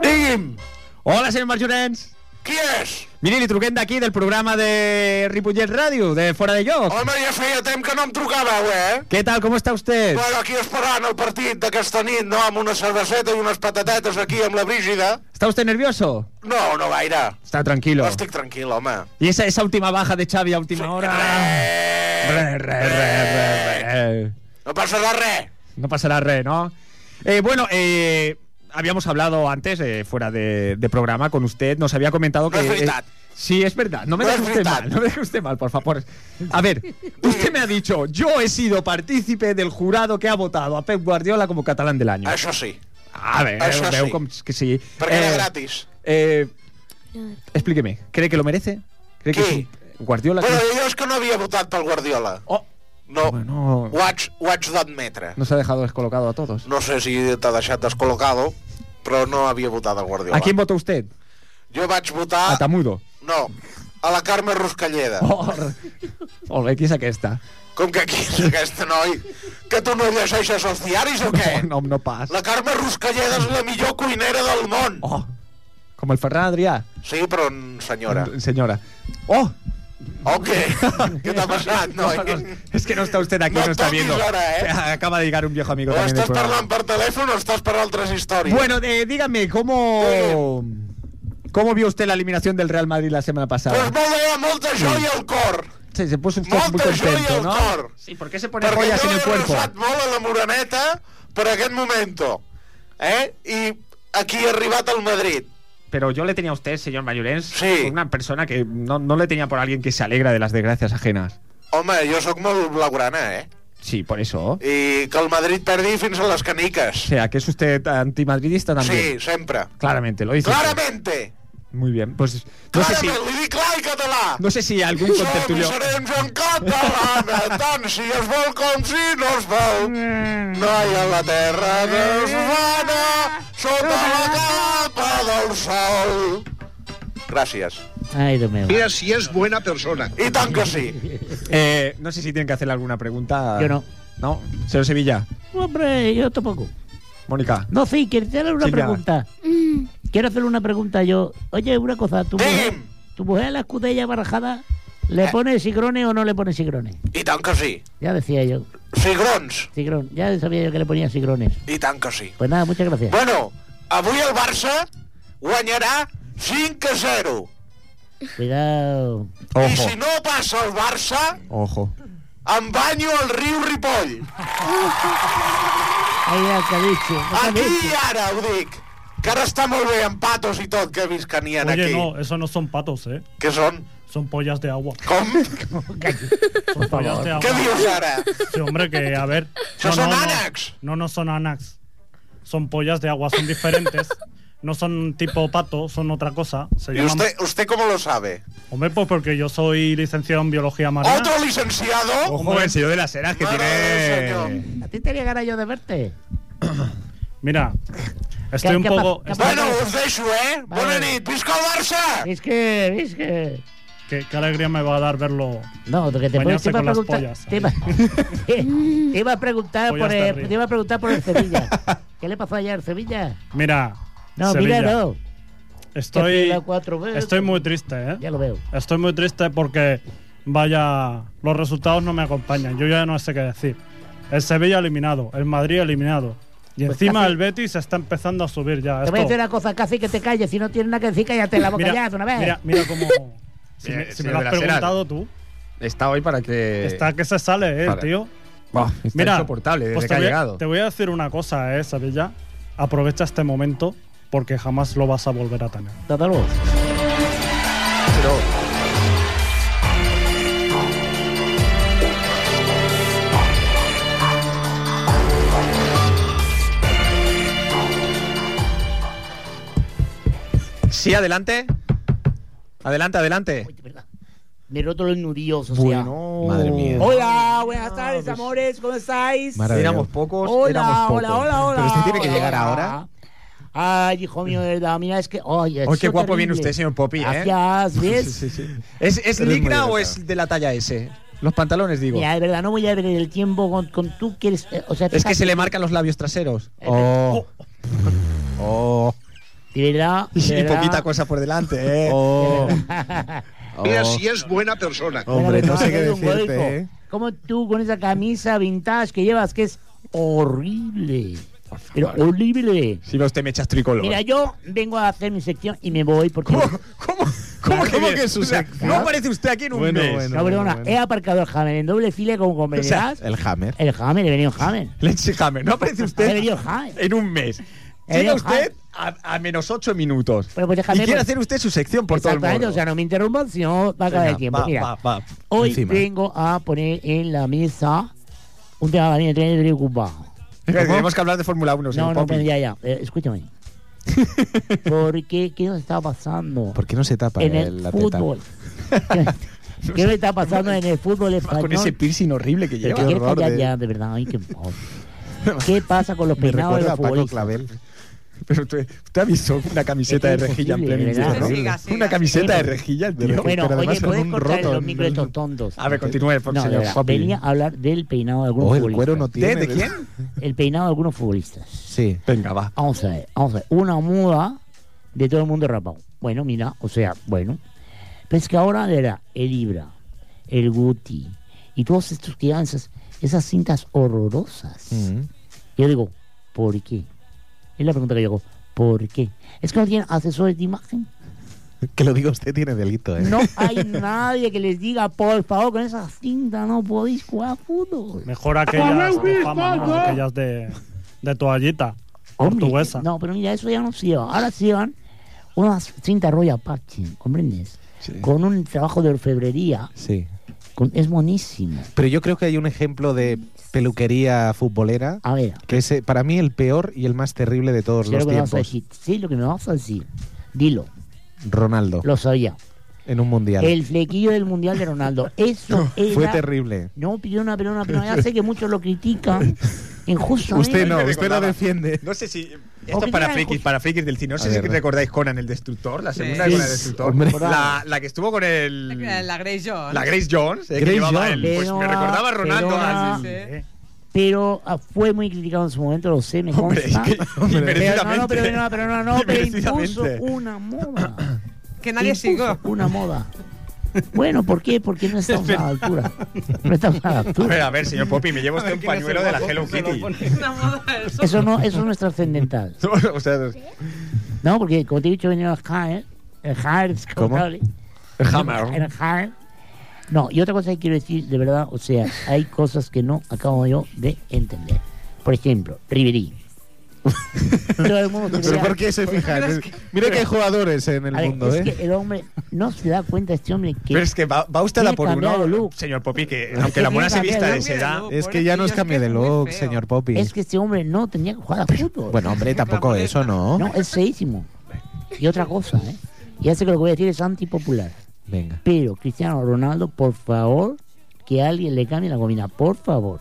Speaker 1: Tim. Hola, senyor Marc Llorenç.
Speaker 13: Qui és?
Speaker 1: Miri, li truquem d'aquí, del programa de Ripollet Ràdio, de Fora de Lloc.
Speaker 13: Home, ja feia temps que no em trucàveu, eh?
Speaker 1: Què tal, com està vostè?
Speaker 4: Pues-
Speaker 13: Bueno, aquí esperant el partit d'aquesta nit, no? Amb una cerveseta i unes patatetes aquí amb la Brígida.
Speaker 1: ¿Está usted nervioso?
Speaker 13: No, no gaire.
Speaker 1: Está tranquilo.
Speaker 13: Estic tranquil, home.
Speaker 1: Y esa, esa última baja de Xavi a última hora. Re, re, re, re, re.
Speaker 13: No passarà res.
Speaker 1: No pasará re, ¿no? Eh, bueno, eh, habíamos hablado antes, eh, fuera de, de programa, con usted. Nos había comentado que.
Speaker 13: es
Speaker 1: eh,
Speaker 13: veritat.
Speaker 1: sí, es verdad. No me
Speaker 13: No
Speaker 1: deje
Speaker 13: es
Speaker 1: usted
Speaker 13: veritat.
Speaker 1: mal, no me deje usted mal, por favor. A ver, usted me ha dicho, yo he sido partícipe del jurado que ha votado a Pep Guardiola como catalán del año.
Speaker 13: Això sí.
Speaker 1: A ver, eh,
Speaker 13: Això
Speaker 1: veo
Speaker 13: sí.
Speaker 1: com- que sí.
Speaker 13: Perquè era
Speaker 1: Eh,
Speaker 13: gratis.
Speaker 1: eh, explíqueme, ¿cree que lo merece? ¿Cree que
Speaker 13: Qui?
Speaker 1: es un- Guardiola?
Speaker 13: Però
Speaker 1: que-
Speaker 13: jo és que no havia votat pel Guardiola.
Speaker 1: Oh.
Speaker 13: No,
Speaker 1: no,
Speaker 13: ho haig, ho haig d'admetre.
Speaker 1: nos ha dejado descolocado a todos.
Speaker 13: No sé si t'ha deixat descol·locado, però no Ah. havia votat el Guardiola.
Speaker 1: ¿A quién votó usted?
Speaker 13: Jo vaig votar...
Speaker 1: A Tamudo.
Speaker 13: No, a la Carme Ruscalleda.
Speaker 1: Oh, Molt bé, qui és aquesta?
Speaker 13: Com que aquí és aquest noi? Que tu no llegeixes els diaris o què?
Speaker 1: No, Oh, no pas.
Speaker 13: Eh. La Carme Ruscalleda és la millor cuinera del món.
Speaker 1: Oh. Com el Ferran Adrià.
Speaker 13: Sí, però mm, senyora.
Speaker 1: Senyora. ¡Oh!
Speaker 13: O què? Què t'ha passat, noi?
Speaker 1: No, no, es que no está usted aquí, no,
Speaker 13: No
Speaker 1: está
Speaker 13: toquis
Speaker 1: viendo. Ah,
Speaker 13: ara, eh?
Speaker 1: Acaba de llegar un viejo amigo
Speaker 13: O
Speaker 1: también del
Speaker 13: estàs
Speaker 1: programa.
Speaker 13: parlant per telèfon o estàs per altres històries?
Speaker 1: Bueno, eh, dígame, ¿cómo, ¿cómo vio usted la eliminación del Real Madrid la semana pasada?
Speaker 13: Pues Doncs molt bé, molta joia al cor.
Speaker 1: Sí, se puso usted muy
Speaker 13: Molta joia
Speaker 1: contento,
Speaker 13: al
Speaker 1: ¿no?
Speaker 13: cor.
Speaker 1: Sí, ¿por qué se pone
Speaker 13: Perquè
Speaker 1: joyas
Speaker 13: jo
Speaker 1: en el
Speaker 13: he
Speaker 1: cuerpo?
Speaker 13: resat molt a la Moreneta per aquest moment. Eh? I aquí he arribat al Madrid.
Speaker 1: Pero yo le tenía a usted, señor Mayorens, una persona que no, no le tenía por alguien que se alegra de las desgracias ajenas.
Speaker 13: Home, jo sóc molt blaugrana, eh?
Speaker 1: Sí, por eso.
Speaker 13: I que el Madrid perdi fins a les
Speaker 1: O
Speaker 13: caniques.
Speaker 1: sea, que es usted antimadridista
Speaker 13: Sí,
Speaker 1: también.
Speaker 13: sempre.
Speaker 1: Claramente, lo dice.
Speaker 13: Claramente.
Speaker 1: Muy bien, pues no sé si,
Speaker 13: Clarament, li dic clar i català.
Speaker 1: no sé si algún contertulio...
Speaker 13: Som i serem en catalana, tant si es vol com si no es vol. No hi ha la terra que es mana sota la capa del sol. Gràcies.
Speaker 2: Ay, Dios mío.
Speaker 13: Mira si és bona persona. I tant que sí.
Speaker 1: Eh, no sé si tienen que hacerle alguna pregunta.
Speaker 2: Yo no.
Speaker 1: ¿No? Señor Sevilla,
Speaker 2: Hombre, yo tampoco.
Speaker 1: Mónica.
Speaker 2: No, sí, quiero hacerle una
Speaker 1: Sí, nada.
Speaker 2: pregunta. Quiero hacerle una pregunta yo. Oye, una cosa, ¿tu mujer, tu mujer a la escudella barajada
Speaker 1: Ah.
Speaker 2: le pone sigrones o no le pone sigrones?
Speaker 13: I tant que sí.
Speaker 2: Ya decía yo.
Speaker 13: Cigrons.
Speaker 2: Sigrón. Ya sabía yo que le ponía sigrones.
Speaker 13: I tant que sí.
Speaker 2: Pues nada, muchas gracias.
Speaker 13: Bueno, avui el Barça guanyarà 5 a 0.
Speaker 2: Cuidado.
Speaker 13: I si no passa el Barça,
Speaker 1: Ojo.
Speaker 13: em banyo al riu Ripoll.
Speaker 2: Ahí el que ha dicho.
Speaker 13: Aquí i ara, ho dic. Que ara està molt bé, amb patos i tot, que he vist que n'hi ha
Speaker 14: Oye,
Speaker 13: aquí.
Speaker 14: no, eso no son patos, ¿eh?
Speaker 13: ¿Qué son?
Speaker 14: Son pollas de agua.
Speaker 13: ¿Cómo?
Speaker 14: son pollas de agua.
Speaker 13: ¿Qué dios ahora?
Speaker 14: Sí, hombre, que a ver.
Speaker 13: Eso son anax.
Speaker 14: No, no son anax. Son pollas de agua, son diferentes. No son tipo pato, son otra cosa. Se
Speaker 13: ¿Y
Speaker 14: llaman-
Speaker 13: usted, usted cómo lo sabe?
Speaker 14: Hombre, pues porque yo soy licenciado en biología marina.
Speaker 13: ¿Otro licenciado?
Speaker 14: Hombre.
Speaker 1: de las eras que tiene.
Speaker 2: ¿A ti tenía ganas yo de verte?
Speaker 14: Mira, estoy un
Speaker 2: qué
Speaker 14: poco.
Speaker 2: pa- qué
Speaker 14: estoy-
Speaker 13: Bueno, us deixo, eh? Bona nit, visca el Barça!
Speaker 2: Es que, es que...
Speaker 14: Qué, qué alegría me va a dar verlo.
Speaker 2: No, que te,
Speaker 14: Bañarse
Speaker 2: te iba a
Speaker 14: con las
Speaker 2: preguntar,
Speaker 14: pollas.
Speaker 2: te, iba, te- te iba a preguntar
Speaker 14: Pollas
Speaker 2: por
Speaker 14: de
Speaker 2: el,
Speaker 14: arriba.
Speaker 2: te iba a preguntar por el Sevilla. ¿Qué le pasó ayer al Sevilla?
Speaker 14: Mira.
Speaker 2: No,
Speaker 14: Sevilla,
Speaker 2: mira no. Que
Speaker 14: Estoy,
Speaker 2: fila cuatro veces.
Speaker 14: estoy muy triste, ¿eh?
Speaker 2: Ya lo veo.
Speaker 14: Estoy muy triste porque, vaya, los resultados no me acompañan. Yo ya no sé qué decir. El Sevilla eliminado, el Madrid eliminado. Y
Speaker 2: Pues
Speaker 14: encima
Speaker 2: casi-
Speaker 14: el Betis está empezando a subir ya.
Speaker 2: Te voy a
Speaker 14: Esto-
Speaker 2: decir una cosa, casi que te calles. Si no tienes nada que decir, cállate la boca
Speaker 14: Mira,
Speaker 2: ya de una vez.
Speaker 14: Mira, mira cómo. Si me,
Speaker 1: Mira,
Speaker 14: si
Speaker 1: Eh, señor
Speaker 14: me lo
Speaker 1: de las
Speaker 14: has
Speaker 1: Heras.
Speaker 14: preguntado tú,
Speaker 1: Está hoy para que.
Speaker 14: está que se sale, ¿eh, el
Speaker 1: Vale.
Speaker 14: tío?
Speaker 1: Buah, está
Speaker 14: Mira,
Speaker 1: insoportable desde
Speaker 14: pues
Speaker 1: que ha
Speaker 14: te voy a-
Speaker 1: llegado.
Speaker 14: Te voy a decir una cosa, ¿eh, Sevilla? Aprovecha este momento porque jamás lo vas a volver a tener.
Speaker 2: Total voz.
Speaker 1: Sí, adelante. Adelante, adelante.
Speaker 2: Me roto los nudillos, o
Speaker 1: Bueno. Madre mía.
Speaker 15: Hola, buenas tardes, amores, ¿cómo estáis?
Speaker 1: Éramos pocos,
Speaker 15: Hola,
Speaker 1: éramos pocos.
Speaker 15: hola, hola, hola.
Speaker 1: Pero usted tiene que
Speaker 15: hola,
Speaker 1: llegar
Speaker 15: hola.
Speaker 1: ahora.
Speaker 2: Ay, hijo mío, de verdad, mira, es que... Oye,
Speaker 1: Ay, qué guapo viene usted, señor Poppy, ¿eh?
Speaker 2: Gracias, ¿ves?
Speaker 1: Sí, sí, sí. ¿Es, es
Speaker 2: Eres muy
Speaker 1: ligna o
Speaker 2: delicado.
Speaker 1: es de la talla S? Los pantalones, digo.
Speaker 2: Mira, de verdad, no voy a perder el tiempo con, con tú que eres... eh, o sea,
Speaker 1: Es que
Speaker 2: fíjate-
Speaker 1: se le marcan los labios traseros.
Speaker 2: Oh.
Speaker 1: Oh.
Speaker 2: Tirará.
Speaker 1: Y
Speaker 2: tirará.
Speaker 1: poquita cosa por delante, ¿eh?
Speaker 16: Mira si es buena persona.
Speaker 2: Pero me acabas de dar un vuelco.
Speaker 1: ¿eh?
Speaker 2: ¿Cómo tú con esa camisa vintage que llevas que es horrible? Pero horrible.
Speaker 1: Si va usted me echas tricolor.
Speaker 2: Mira, yo vengo a hacer mi sección y me voy porque. ¿Cómo,
Speaker 1: ¿Cómo, cómo que su sección? No aparece usted aquí en un mes.
Speaker 2: Cabrona, he aparcado el Hammer en doble fila, como
Speaker 1: O sea,
Speaker 2: comprenderás.
Speaker 1: el
Speaker 4: Hammer.
Speaker 2: El Hammer, he venido en Hammer.
Speaker 1: Leche Hammer. No aparece
Speaker 2: Ha
Speaker 1: usted
Speaker 2: venido Hammer.
Speaker 1: en un mes. Llega
Speaker 2: Ha venido
Speaker 1: usted a, a menos ocho minutos.
Speaker 2: Bueno, pues déjame,
Speaker 1: y quiere
Speaker 2: pues-
Speaker 1: hacer usted su sección por todo el
Speaker 2: Exactamente,
Speaker 1: mundo.
Speaker 2: o sea, no me interrumpan, si no va a acabar el tiempo. Mira, hoy vengo a poner en la mesa un tema que me tiene preocupado.
Speaker 1: Tenemos que hablar de Fórmula 1, señor
Speaker 2: No, no,
Speaker 1: Pompi.
Speaker 2: pero ya, ya. eh, escúchame. Porque, ¿qué nos está pasando?
Speaker 4: ¿Por qué no se tapa
Speaker 2: en
Speaker 4: eh,
Speaker 2: el
Speaker 4: la teta?
Speaker 2: fútbol. ¿Qué- ¿Qué me está pasando en el fútbol español?
Speaker 1: Con ese piercing horrible que
Speaker 2: Pero
Speaker 1: lleva.
Speaker 2: qué callar ya, de verdad. ay, qué horror. ¿Qué pasa con los peinados de los futbolistas?
Speaker 1: Pero usted, usted ha visto una camiseta de
Speaker 2: Es que es
Speaker 1: rejilla en
Speaker 2: imposible,
Speaker 1: pleno
Speaker 2: de verdad.
Speaker 1: invierno.
Speaker 2: Siga, siga,
Speaker 1: Una camiseta
Speaker 2: siga.
Speaker 1: de rejilla, el tío.
Speaker 2: Bueno, oye, puedes cortar los micro de estos tontos.
Speaker 1: A ver, continúe, por
Speaker 2: No, de
Speaker 1: señor
Speaker 2: verdad,
Speaker 1: Hopi.
Speaker 2: venía a hablar del peinado de algunos
Speaker 1: Oh, el
Speaker 2: futbolistas.
Speaker 1: cuero no tiene. ¿De- de quién?
Speaker 2: El peinado de algunos futbolistas.
Speaker 4: Sí.
Speaker 1: Venga, va.
Speaker 2: Vamos a ver, vamos a ver. Una muda de todo el mundo rapado. Bueno, mira, o sea, bueno. Pero es que ahora era el Ibra, el Guti y todos estos que llevan esas, esas cintas horrorosas.
Speaker 1: Mm.
Speaker 2: Yo digo, ¿por qué? Es la pregunta que yo hago. ¿Por qué? Es que no tienen asesores de imagen.
Speaker 4: Que lo diga usted tiene delito, ¿eh?
Speaker 2: No hay nadie que les diga, por favor, con esas cintas no podéis jugar a fútbol.
Speaker 14: Mejor aquellas de fama, ¿no? Aquellas de, de toallita portuguesa.
Speaker 2: No, pero mira, eso ya no se lleva. Ahora se llevan unas cintas Royal Patching, ¿comprendes? Con un trabajo de orfebrería.
Speaker 4: Sí.
Speaker 2: Con- es monísimo.
Speaker 4: Pero yo creo que hay un ejemplo de peluquería futbolera.
Speaker 2: A ver.
Speaker 4: Que es eh, para mí el peor y el más terrible de todos
Speaker 2: Sí,
Speaker 4: los
Speaker 2: lo que me vas a
Speaker 4: tiempos.
Speaker 2: decir. Sí, lo que me vas a decir. Dilo.
Speaker 4: Ronaldo.
Speaker 2: Lo sabía.
Speaker 4: En un mundial.
Speaker 2: El flequillo del Mundial de Ronaldo. Eso era...
Speaker 4: Fue terrible.
Speaker 2: No, pidió una pelota, pero ya sé que muchos lo critican ¿eh? injustamente.
Speaker 4: Usted no,
Speaker 1: Me
Speaker 4: usted lo
Speaker 1: recordaba.
Speaker 4: defiende.
Speaker 1: No sé si.
Speaker 2: O
Speaker 1: Esto
Speaker 2: que
Speaker 1: es para
Speaker 2: tengan
Speaker 1: frikis, para frikis del cine. No
Speaker 4: A
Speaker 1: sé si
Speaker 4: ver.
Speaker 1: recordáis Conan el Destructor, la segunda
Speaker 4: Sí.
Speaker 1: de Conan el Destructor.
Speaker 4: Hombre.
Speaker 1: La, la que estuvo con el.
Speaker 11: La Grey Jones.
Speaker 1: La Grace Jones, eh, que
Speaker 4: Grace
Speaker 1: llevaba
Speaker 4: Jones.
Speaker 1: el- Pues me
Speaker 2: Pero-
Speaker 1: recordaba a Ronaldo.
Speaker 2: pero-
Speaker 1: al-
Speaker 2: Pero ah, fue muy criticado en su momento, lo sé, me consta. pero no, no, pero no, pero no, no, pero impuso
Speaker 11: Inmerecidamente.
Speaker 2: una moda.
Speaker 11: Que nadie siguió.
Speaker 2: Una moda. Bueno, ¿por qué? Porque no estamos a la altura. No estamos a la
Speaker 1: A ver,
Speaker 2: altura.
Speaker 1: a ver, señor Poppy, me lleva usted un
Speaker 11: quién es el
Speaker 1: pañuelo de la
Speaker 11: guapo
Speaker 1: Hello
Speaker 11: que se lo
Speaker 1: Kitty.
Speaker 2: Eso no, eso no es trascendental.
Speaker 1: O sea,
Speaker 2: No, porque como te he dicho, venía el Hammer. El Hammer es como
Speaker 1: ¿Cómo?
Speaker 2: cable.
Speaker 1: El Hammer.
Speaker 2: El Hammer. No, y otra cosa que quiero decir, de verdad, o sea, hay cosas que no acabo yo de entender. Por ejemplo, Ribery. Todo el mundo se
Speaker 4: ¿Pero
Speaker 2: vea-
Speaker 4: por qué se fija? Mira que hay jugadores en el
Speaker 2: A ver,
Speaker 4: mundo,
Speaker 2: es
Speaker 4: ¿eh?
Speaker 2: que el hombre no se da cuenta, este hombre, que.
Speaker 1: Pero es que va, va usted a la
Speaker 2: tiene
Speaker 1: por
Speaker 2: cambiado el
Speaker 1: uno,
Speaker 2: look.
Speaker 1: señor Poppy, que
Speaker 2: Es
Speaker 1: aunque
Speaker 2: que
Speaker 1: la mona
Speaker 2: tiene
Speaker 1: se
Speaker 2: cambiado
Speaker 1: vista
Speaker 2: el
Speaker 1: de seda.
Speaker 4: Es que ya nos cambia de look, señor Poppy.
Speaker 2: Es que este hombre no tenía que jugar a fútbol.
Speaker 4: Bueno, hombre, tampoco eso, ¿no?
Speaker 2: No, es feísimo. Y otra cosa, ¿eh? Ya sé que lo que voy a decir es antipopular.
Speaker 4: Venga.
Speaker 2: Pero, Cristiano Ronaldo, por favor, que alguien le cambie la gomina, por favor.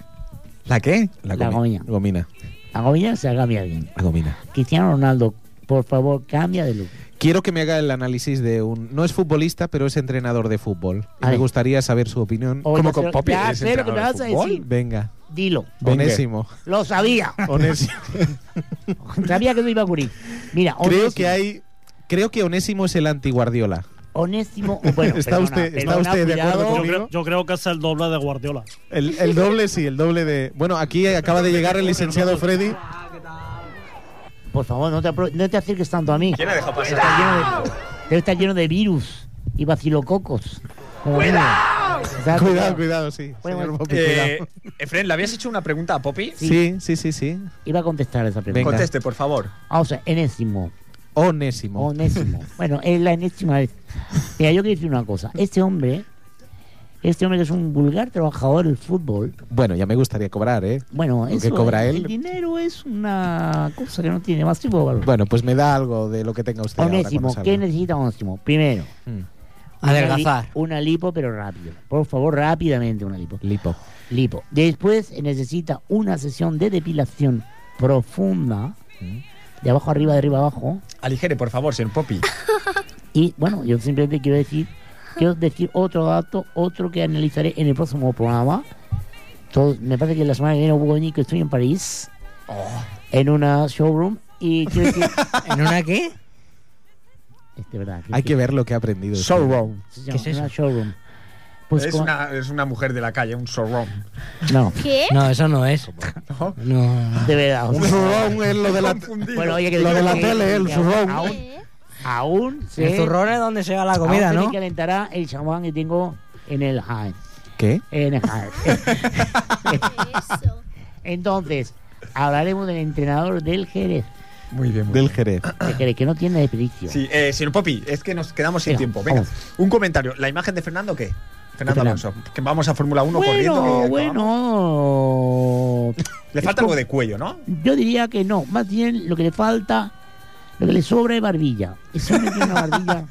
Speaker 4: ¿La qué?
Speaker 2: La gomina.
Speaker 4: Gomina.
Speaker 2: La gomina se la cambia bien.
Speaker 4: La gomina.
Speaker 2: Cristiano Ronaldo, por favor, cambia de look.
Speaker 4: Quiero que me haga el análisis de un. No es futbolista, pero es entrenador de fútbol. Y
Speaker 2: A
Speaker 4: me
Speaker 2: ver.
Speaker 4: gustaría saber su opinión.
Speaker 2: Oye,
Speaker 4: Como
Speaker 2: ya sé- ya sé lo que me vas a decir.
Speaker 4: Venga.
Speaker 2: Dilo.
Speaker 4: Onésimo.
Speaker 2: Lo sabía.
Speaker 4: Onésimo.
Speaker 2: sabía que no iba a ocurrir. Mira,
Speaker 4: Creo
Speaker 2: Onésimo.
Speaker 4: que hay. Creo que Onésimo es el anti-Guardiola.
Speaker 2: Onésimo. Bueno,
Speaker 4: ¿Está
Speaker 2: perdona,
Speaker 4: usted- está
Speaker 2: perdona,
Speaker 4: usted de acuerdo
Speaker 2: cuidado.
Speaker 14: Yo creo, yo creo que es el doble de Guardiola.
Speaker 4: El, el doble, sí, el doble de. Bueno, aquí acaba de llegar el licenciado Freddy.
Speaker 2: Por favor, no te, apro- no te acerques tanto a mí.
Speaker 1: ¿Quién ha dejado pasar?
Speaker 2: Está lleno de, debe estar lleno de virus y vacilococos. Como Exacto,
Speaker 4: Cuidado, cuidado, sí.
Speaker 2: Bueno,
Speaker 4: señor
Speaker 2: bueno.
Speaker 4: Popi,
Speaker 1: Eh,
Speaker 4: cuidado.
Speaker 1: Efren, ¿le habías hecho una pregunta a Poppy?
Speaker 4: Sí, sí, sí, sí.
Speaker 2: Iba a contestar esa pregunta.
Speaker 1: Conteste, por favor.
Speaker 2: Ah, o sea, enésimo.
Speaker 4: Onésimo.
Speaker 2: Onésimo. bueno, es la enésima vez. Mira, yo quiero decir una cosa. Este hombre, este hombre que es un vulgar trabajador del fútbol,
Speaker 4: Bueno, ya me gustaría cobrar, ¿eh?
Speaker 2: bueno,
Speaker 4: Lo
Speaker 2: eso,
Speaker 4: que cobra
Speaker 2: el
Speaker 4: él.
Speaker 2: dinero es una cosa que no tiene más tipo de valor.
Speaker 4: Bueno, pues me da algo de lo que tenga usted. ahora
Speaker 2: Onésimo,
Speaker 4: cuando
Speaker 2: ¿qué
Speaker 4: salga.
Speaker 2: necesita Onésimo? Primero,
Speaker 4: Mm.
Speaker 2: una
Speaker 15: Adelgazar.
Speaker 2: li- Una lipo, pero rápido. Por favor, rápidamente una lipo.
Speaker 4: Lipo.
Speaker 2: Lipo. Después eh, necesita una sesión de depilación profunda,
Speaker 4: Mm.
Speaker 2: de abajo arriba, de arriba abajo.
Speaker 1: Aligere, por favor, señor Poppy.
Speaker 2: Y bueno, yo simplemente quiero decir, quiero decir otro dato, otro que analizaré en el próximo programa. Todo- me parece que la semana que viene hubo que estoy
Speaker 4: Oh.
Speaker 2: en París, en una showroom, y quiero decir,
Speaker 15: ¿En una qué?
Speaker 2: de verdad.
Speaker 4: Hay que ver lo que ha aprendido.
Speaker 1: Showroom.
Speaker 2: ¿Qué es eso? Showroom.
Speaker 1: es,
Speaker 2: como-
Speaker 1: una, es una mujer de la calle, un showroom.
Speaker 2: No.
Speaker 10: ¿Qué?
Speaker 11: ¿Eh?
Speaker 17: No, eso no es. No.
Speaker 2: De verdad.
Speaker 4: Un zurrón es lo de la,
Speaker 2: Bueno, oye, que
Speaker 4: lo de la
Speaker 2: que-
Speaker 4: tele, el
Speaker 2: que
Speaker 4: zurrón.
Speaker 2: Aún, aún
Speaker 17: El
Speaker 2: se-
Speaker 17: zurrón es donde se va la
Speaker 2: aún
Speaker 17: comida,
Speaker 2: se me
Speaker 17: ¿no?
Speaker 2: calentará el champán que tengo en el Jaén.
Speaker 4: ¿Qué?
Speaker 2: En el Jaén. Entonces, hablaremos del entrenador del Jerez.
Speaker 1: Muy bien,
Speaker 4: Del Jerez.
Speaker 2: El Jerez que no tiene desperdicio.
Speaker 1: Sí, eh, señor Popi, es que nos quedamos sin
Speaker 2: Venga,
Speaker 1: tiempo. Venga,
Speaker 2: vamos.
Speaker 1: un comentario. ¿La imagen de Fernando qué? Fernando
Speaker 2: Fernando.
Speaker 1: Alonso. Que vamos a Fórmula 1 corriendo. que
Speaker 2: bueno,
Speaker 1: acabamos.
Speaker 2: bueno.
Speaker 1: Le falta
Speaker 2: como-
Speaker 1: algo de cuello, ¿no?
Speaker 2: Yo diría que no, más bien lo que le falta, lo que le sobra es barbilla. Ese hombre tiene una barbilla,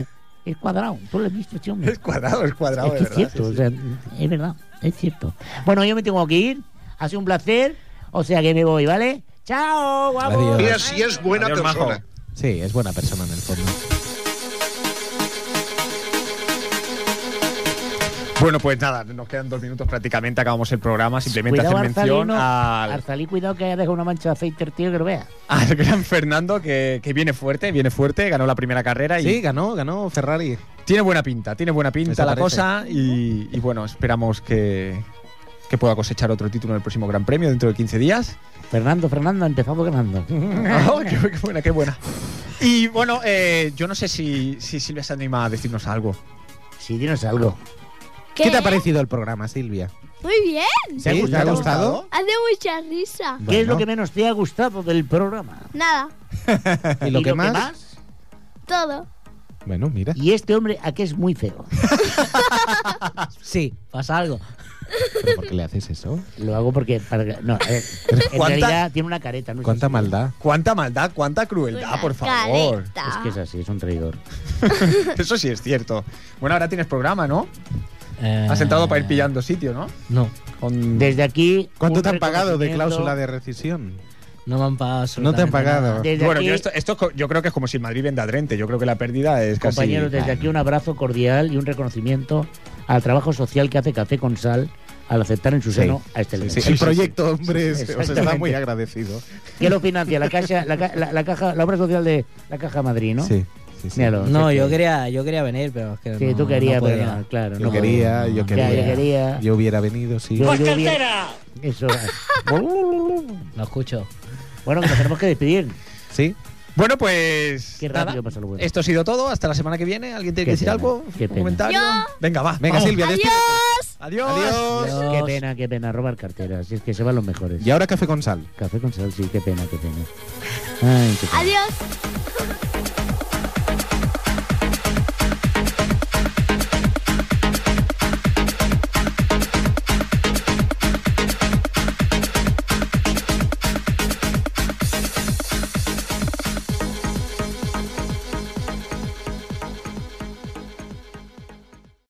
Speaker 2: es cuadrado, tú lo has visto este hombre.
Speaker 1: Es cuadrado, es cuadrado,
Speaker 2: Es, que
Speaker 1: de verdad,
Speaker 2: es cierto,
Speaker 1: sí,
Speaker 2: o sea, es verdad, es cierto. Bueno, yo me tengo que ir, ha sido un placer, o sea que me voy, ¿vale? Chao, guapo.
Speaker 16: Mira si es buena
Speaker 1: Adiós, majo.
Speaker 16: persona.
Speaker 4: Sí, es buena persona en el fondo.
Speaker 1: Bueno, pues nada, nos quedan dos minutos prácticamente, acabamos el programa. Simplemente
Speaker 2: Cuidado,
Speaker 1: hacer mención
Speaker 2: Arzalino,
Speaker 1: al,
Speaker 2: Arzalí, cuidado que haya dejado una mancha de aceite el tío que lo vea.
Speaker 1: al gran Fernando, que, que viene fuerte, viene fuerte, ganó la primera carrera y
Speaker 4: Sí, ganó, ganó Ferrari.
Speaker 1: tiene buena pinta, tiene buena pinta
Speaker 4: Eso
Speaker 1: la
Speaker 4: parece.
Speaker 1: cosa. Y, y bueno, esperamos que, que pueda cosechar otro título en el próximo Gran Premio dentro de 15 días.
Speaker 2: Fernando, Fernando, ha empezado ganando.
Speaker 1: Oh, qué, bu- qué buena, qué buena. Y bueno, eh, yo no sé si, si Silvia se anima a decirnos algo.
Speaker 2: Sí, dinos algo.
Speaker 4: ¿Qué, te ha parecido el programa, Silvia?
Speaker 10: Muy bien.
Speaker 4: ¿Sí? ¿Te ha gustado?
Speaker 10: Hace mucha risa.
Speaker 2: ¿Qué es
Speaker 4: Bueno.
Speaker 2: lo que menos te ha gustado del programa?
Speaker 10: Nada.
Speaker 4: ¿Y lo que más?
Speaker 10: Todo.
Speaker 4: Bueno, mira.
Speaker 2: Y este hombre aquí es muy feo.
Speaker 17: Sí, pasa algo.
Speaker 4: ¿Pero por qué le haces eso?
Speaker 2: Lo hago porque. Para, que- no, a ver, en
Speaker 1: ¿Cuánta-
Speaker 2: realidad tiene una careta. ¿no? Es
Speaker 4: ¿Cuánta
Speaker 2: así.
Speaker 4: maldad?
Speaker 1: Cuánta maldad, cuánta crueldad,
Speaker 10: Una
Speaker 1: por favor.
Speaker 10: careta.
Speaker 2: Es que es así, es un traidor.
Speaker 1: Eso sí es cierto. Bueno, ahora tienes programa, ¿no?
Speaker 17: Eh,
Speaker 1: Has sentado para ir pillando sitio, ¿no?
Speaker 17: No,
Speaker 1: Con-
Speaker 2: Desde aquí.
Speaker 4: ¿Cuánto
Speaker 2: un
Speaker 4: te han pagado de
Speaker 2: reconocimiento-
Speaker 4: cláusula de rescisión?
Speaker 17: no me han pagado.
Speaker 4: No te han
Speaker 17: absolutamente
Speaker 4: pagado.
Speaker 17: nada.
Speaker 2: Desde
Speaker 1: Bueno,
Speaker 2: aquí,
Speaker 1: yo esto, esto es co- yo creo que es como si el Madrid venda a Drente. Yo creo que la pérdida es casi.
Speaker 2: compañeros, desde aquí un abrazo cordial y un reconocimiento al trabajo social que hace Café con Sal al aceptar en su
Speaker 4: Sí,
Speaker 2: seno a este
Speaker 4: Sí,
Speaker 2: elemento.
Speaker 4: sí, el proyecto, hombre, es- os está
Speaker 2: Exactamente.
Speaker 4: muy agradecido.
Speaker 2: ¿Qué lo financia? La, caja, la, ca- la- la caja, la obra social de la Caja Madrid, ¿no?
Speaker 4: Sí, sí, sí.
Speaker 2: Míralo,
Speaker 17: No,
Speaker 2: sí,
Speaker 17: yo
Speaker 2: sí.
Speaker 17: quería, yo quería venir, pero es que
Speaker 2: Sí,
Speaker 17: no,
Speaker 2: tú querías,
Speaker 17: no podía.
Speaker 2: pero claro.
Speaker 4: Yo
Speaker 2: no
Speaker 4: quería,
Speaker 2: podía.
Speaker 4: yo
Speaker 2: Ya,
Speaker 4: quería.
Speaker 2: Yo quería.
Speaker 4: Yo hubiera venido, sí.
Speaker 2: Yo- yo vi- Eso.
Speaker 17: No escucho.
Speaker 2: Bueno, que nos tenemos que despedir.
Speaker 4: ¿Sí?
Speaker 1: Bueno, pues.
Speaker 2: Qué rápido
Speaker 1: nada.
Speaker 2: pasa lo bueno.
Speaker 1: Esto ha sido todo. Hasta la semana que viene. ¿Alguien tiene que
Speaker 2: Qué
Speaker 1: decir
Speaker 2: pena,
Speaker 1: algo?
Speaker 2: qué
Speaker 1: ¿Un
Speaker 2: pena.
Speaker 1: comentario?
Speaker 10: Yo.
Speaker 1: Venga, va.
Speaker 4: Venga,
Speaker 1: vamos.
Speaker 4: Silvia, despídete.
Speaker 10: Adiós.
Speaker 1: Adiós.
Speaker 17: Adiós.
Speaker 2: Qué pena, qué pena robar carteras. Si es que se van los mejores.
Speaker 4: Y ahora café con sal.
Speaker 2: Café con sal, sí, qué pena, qué pena. Ay, qué pena.
Speaker 10: Adiós.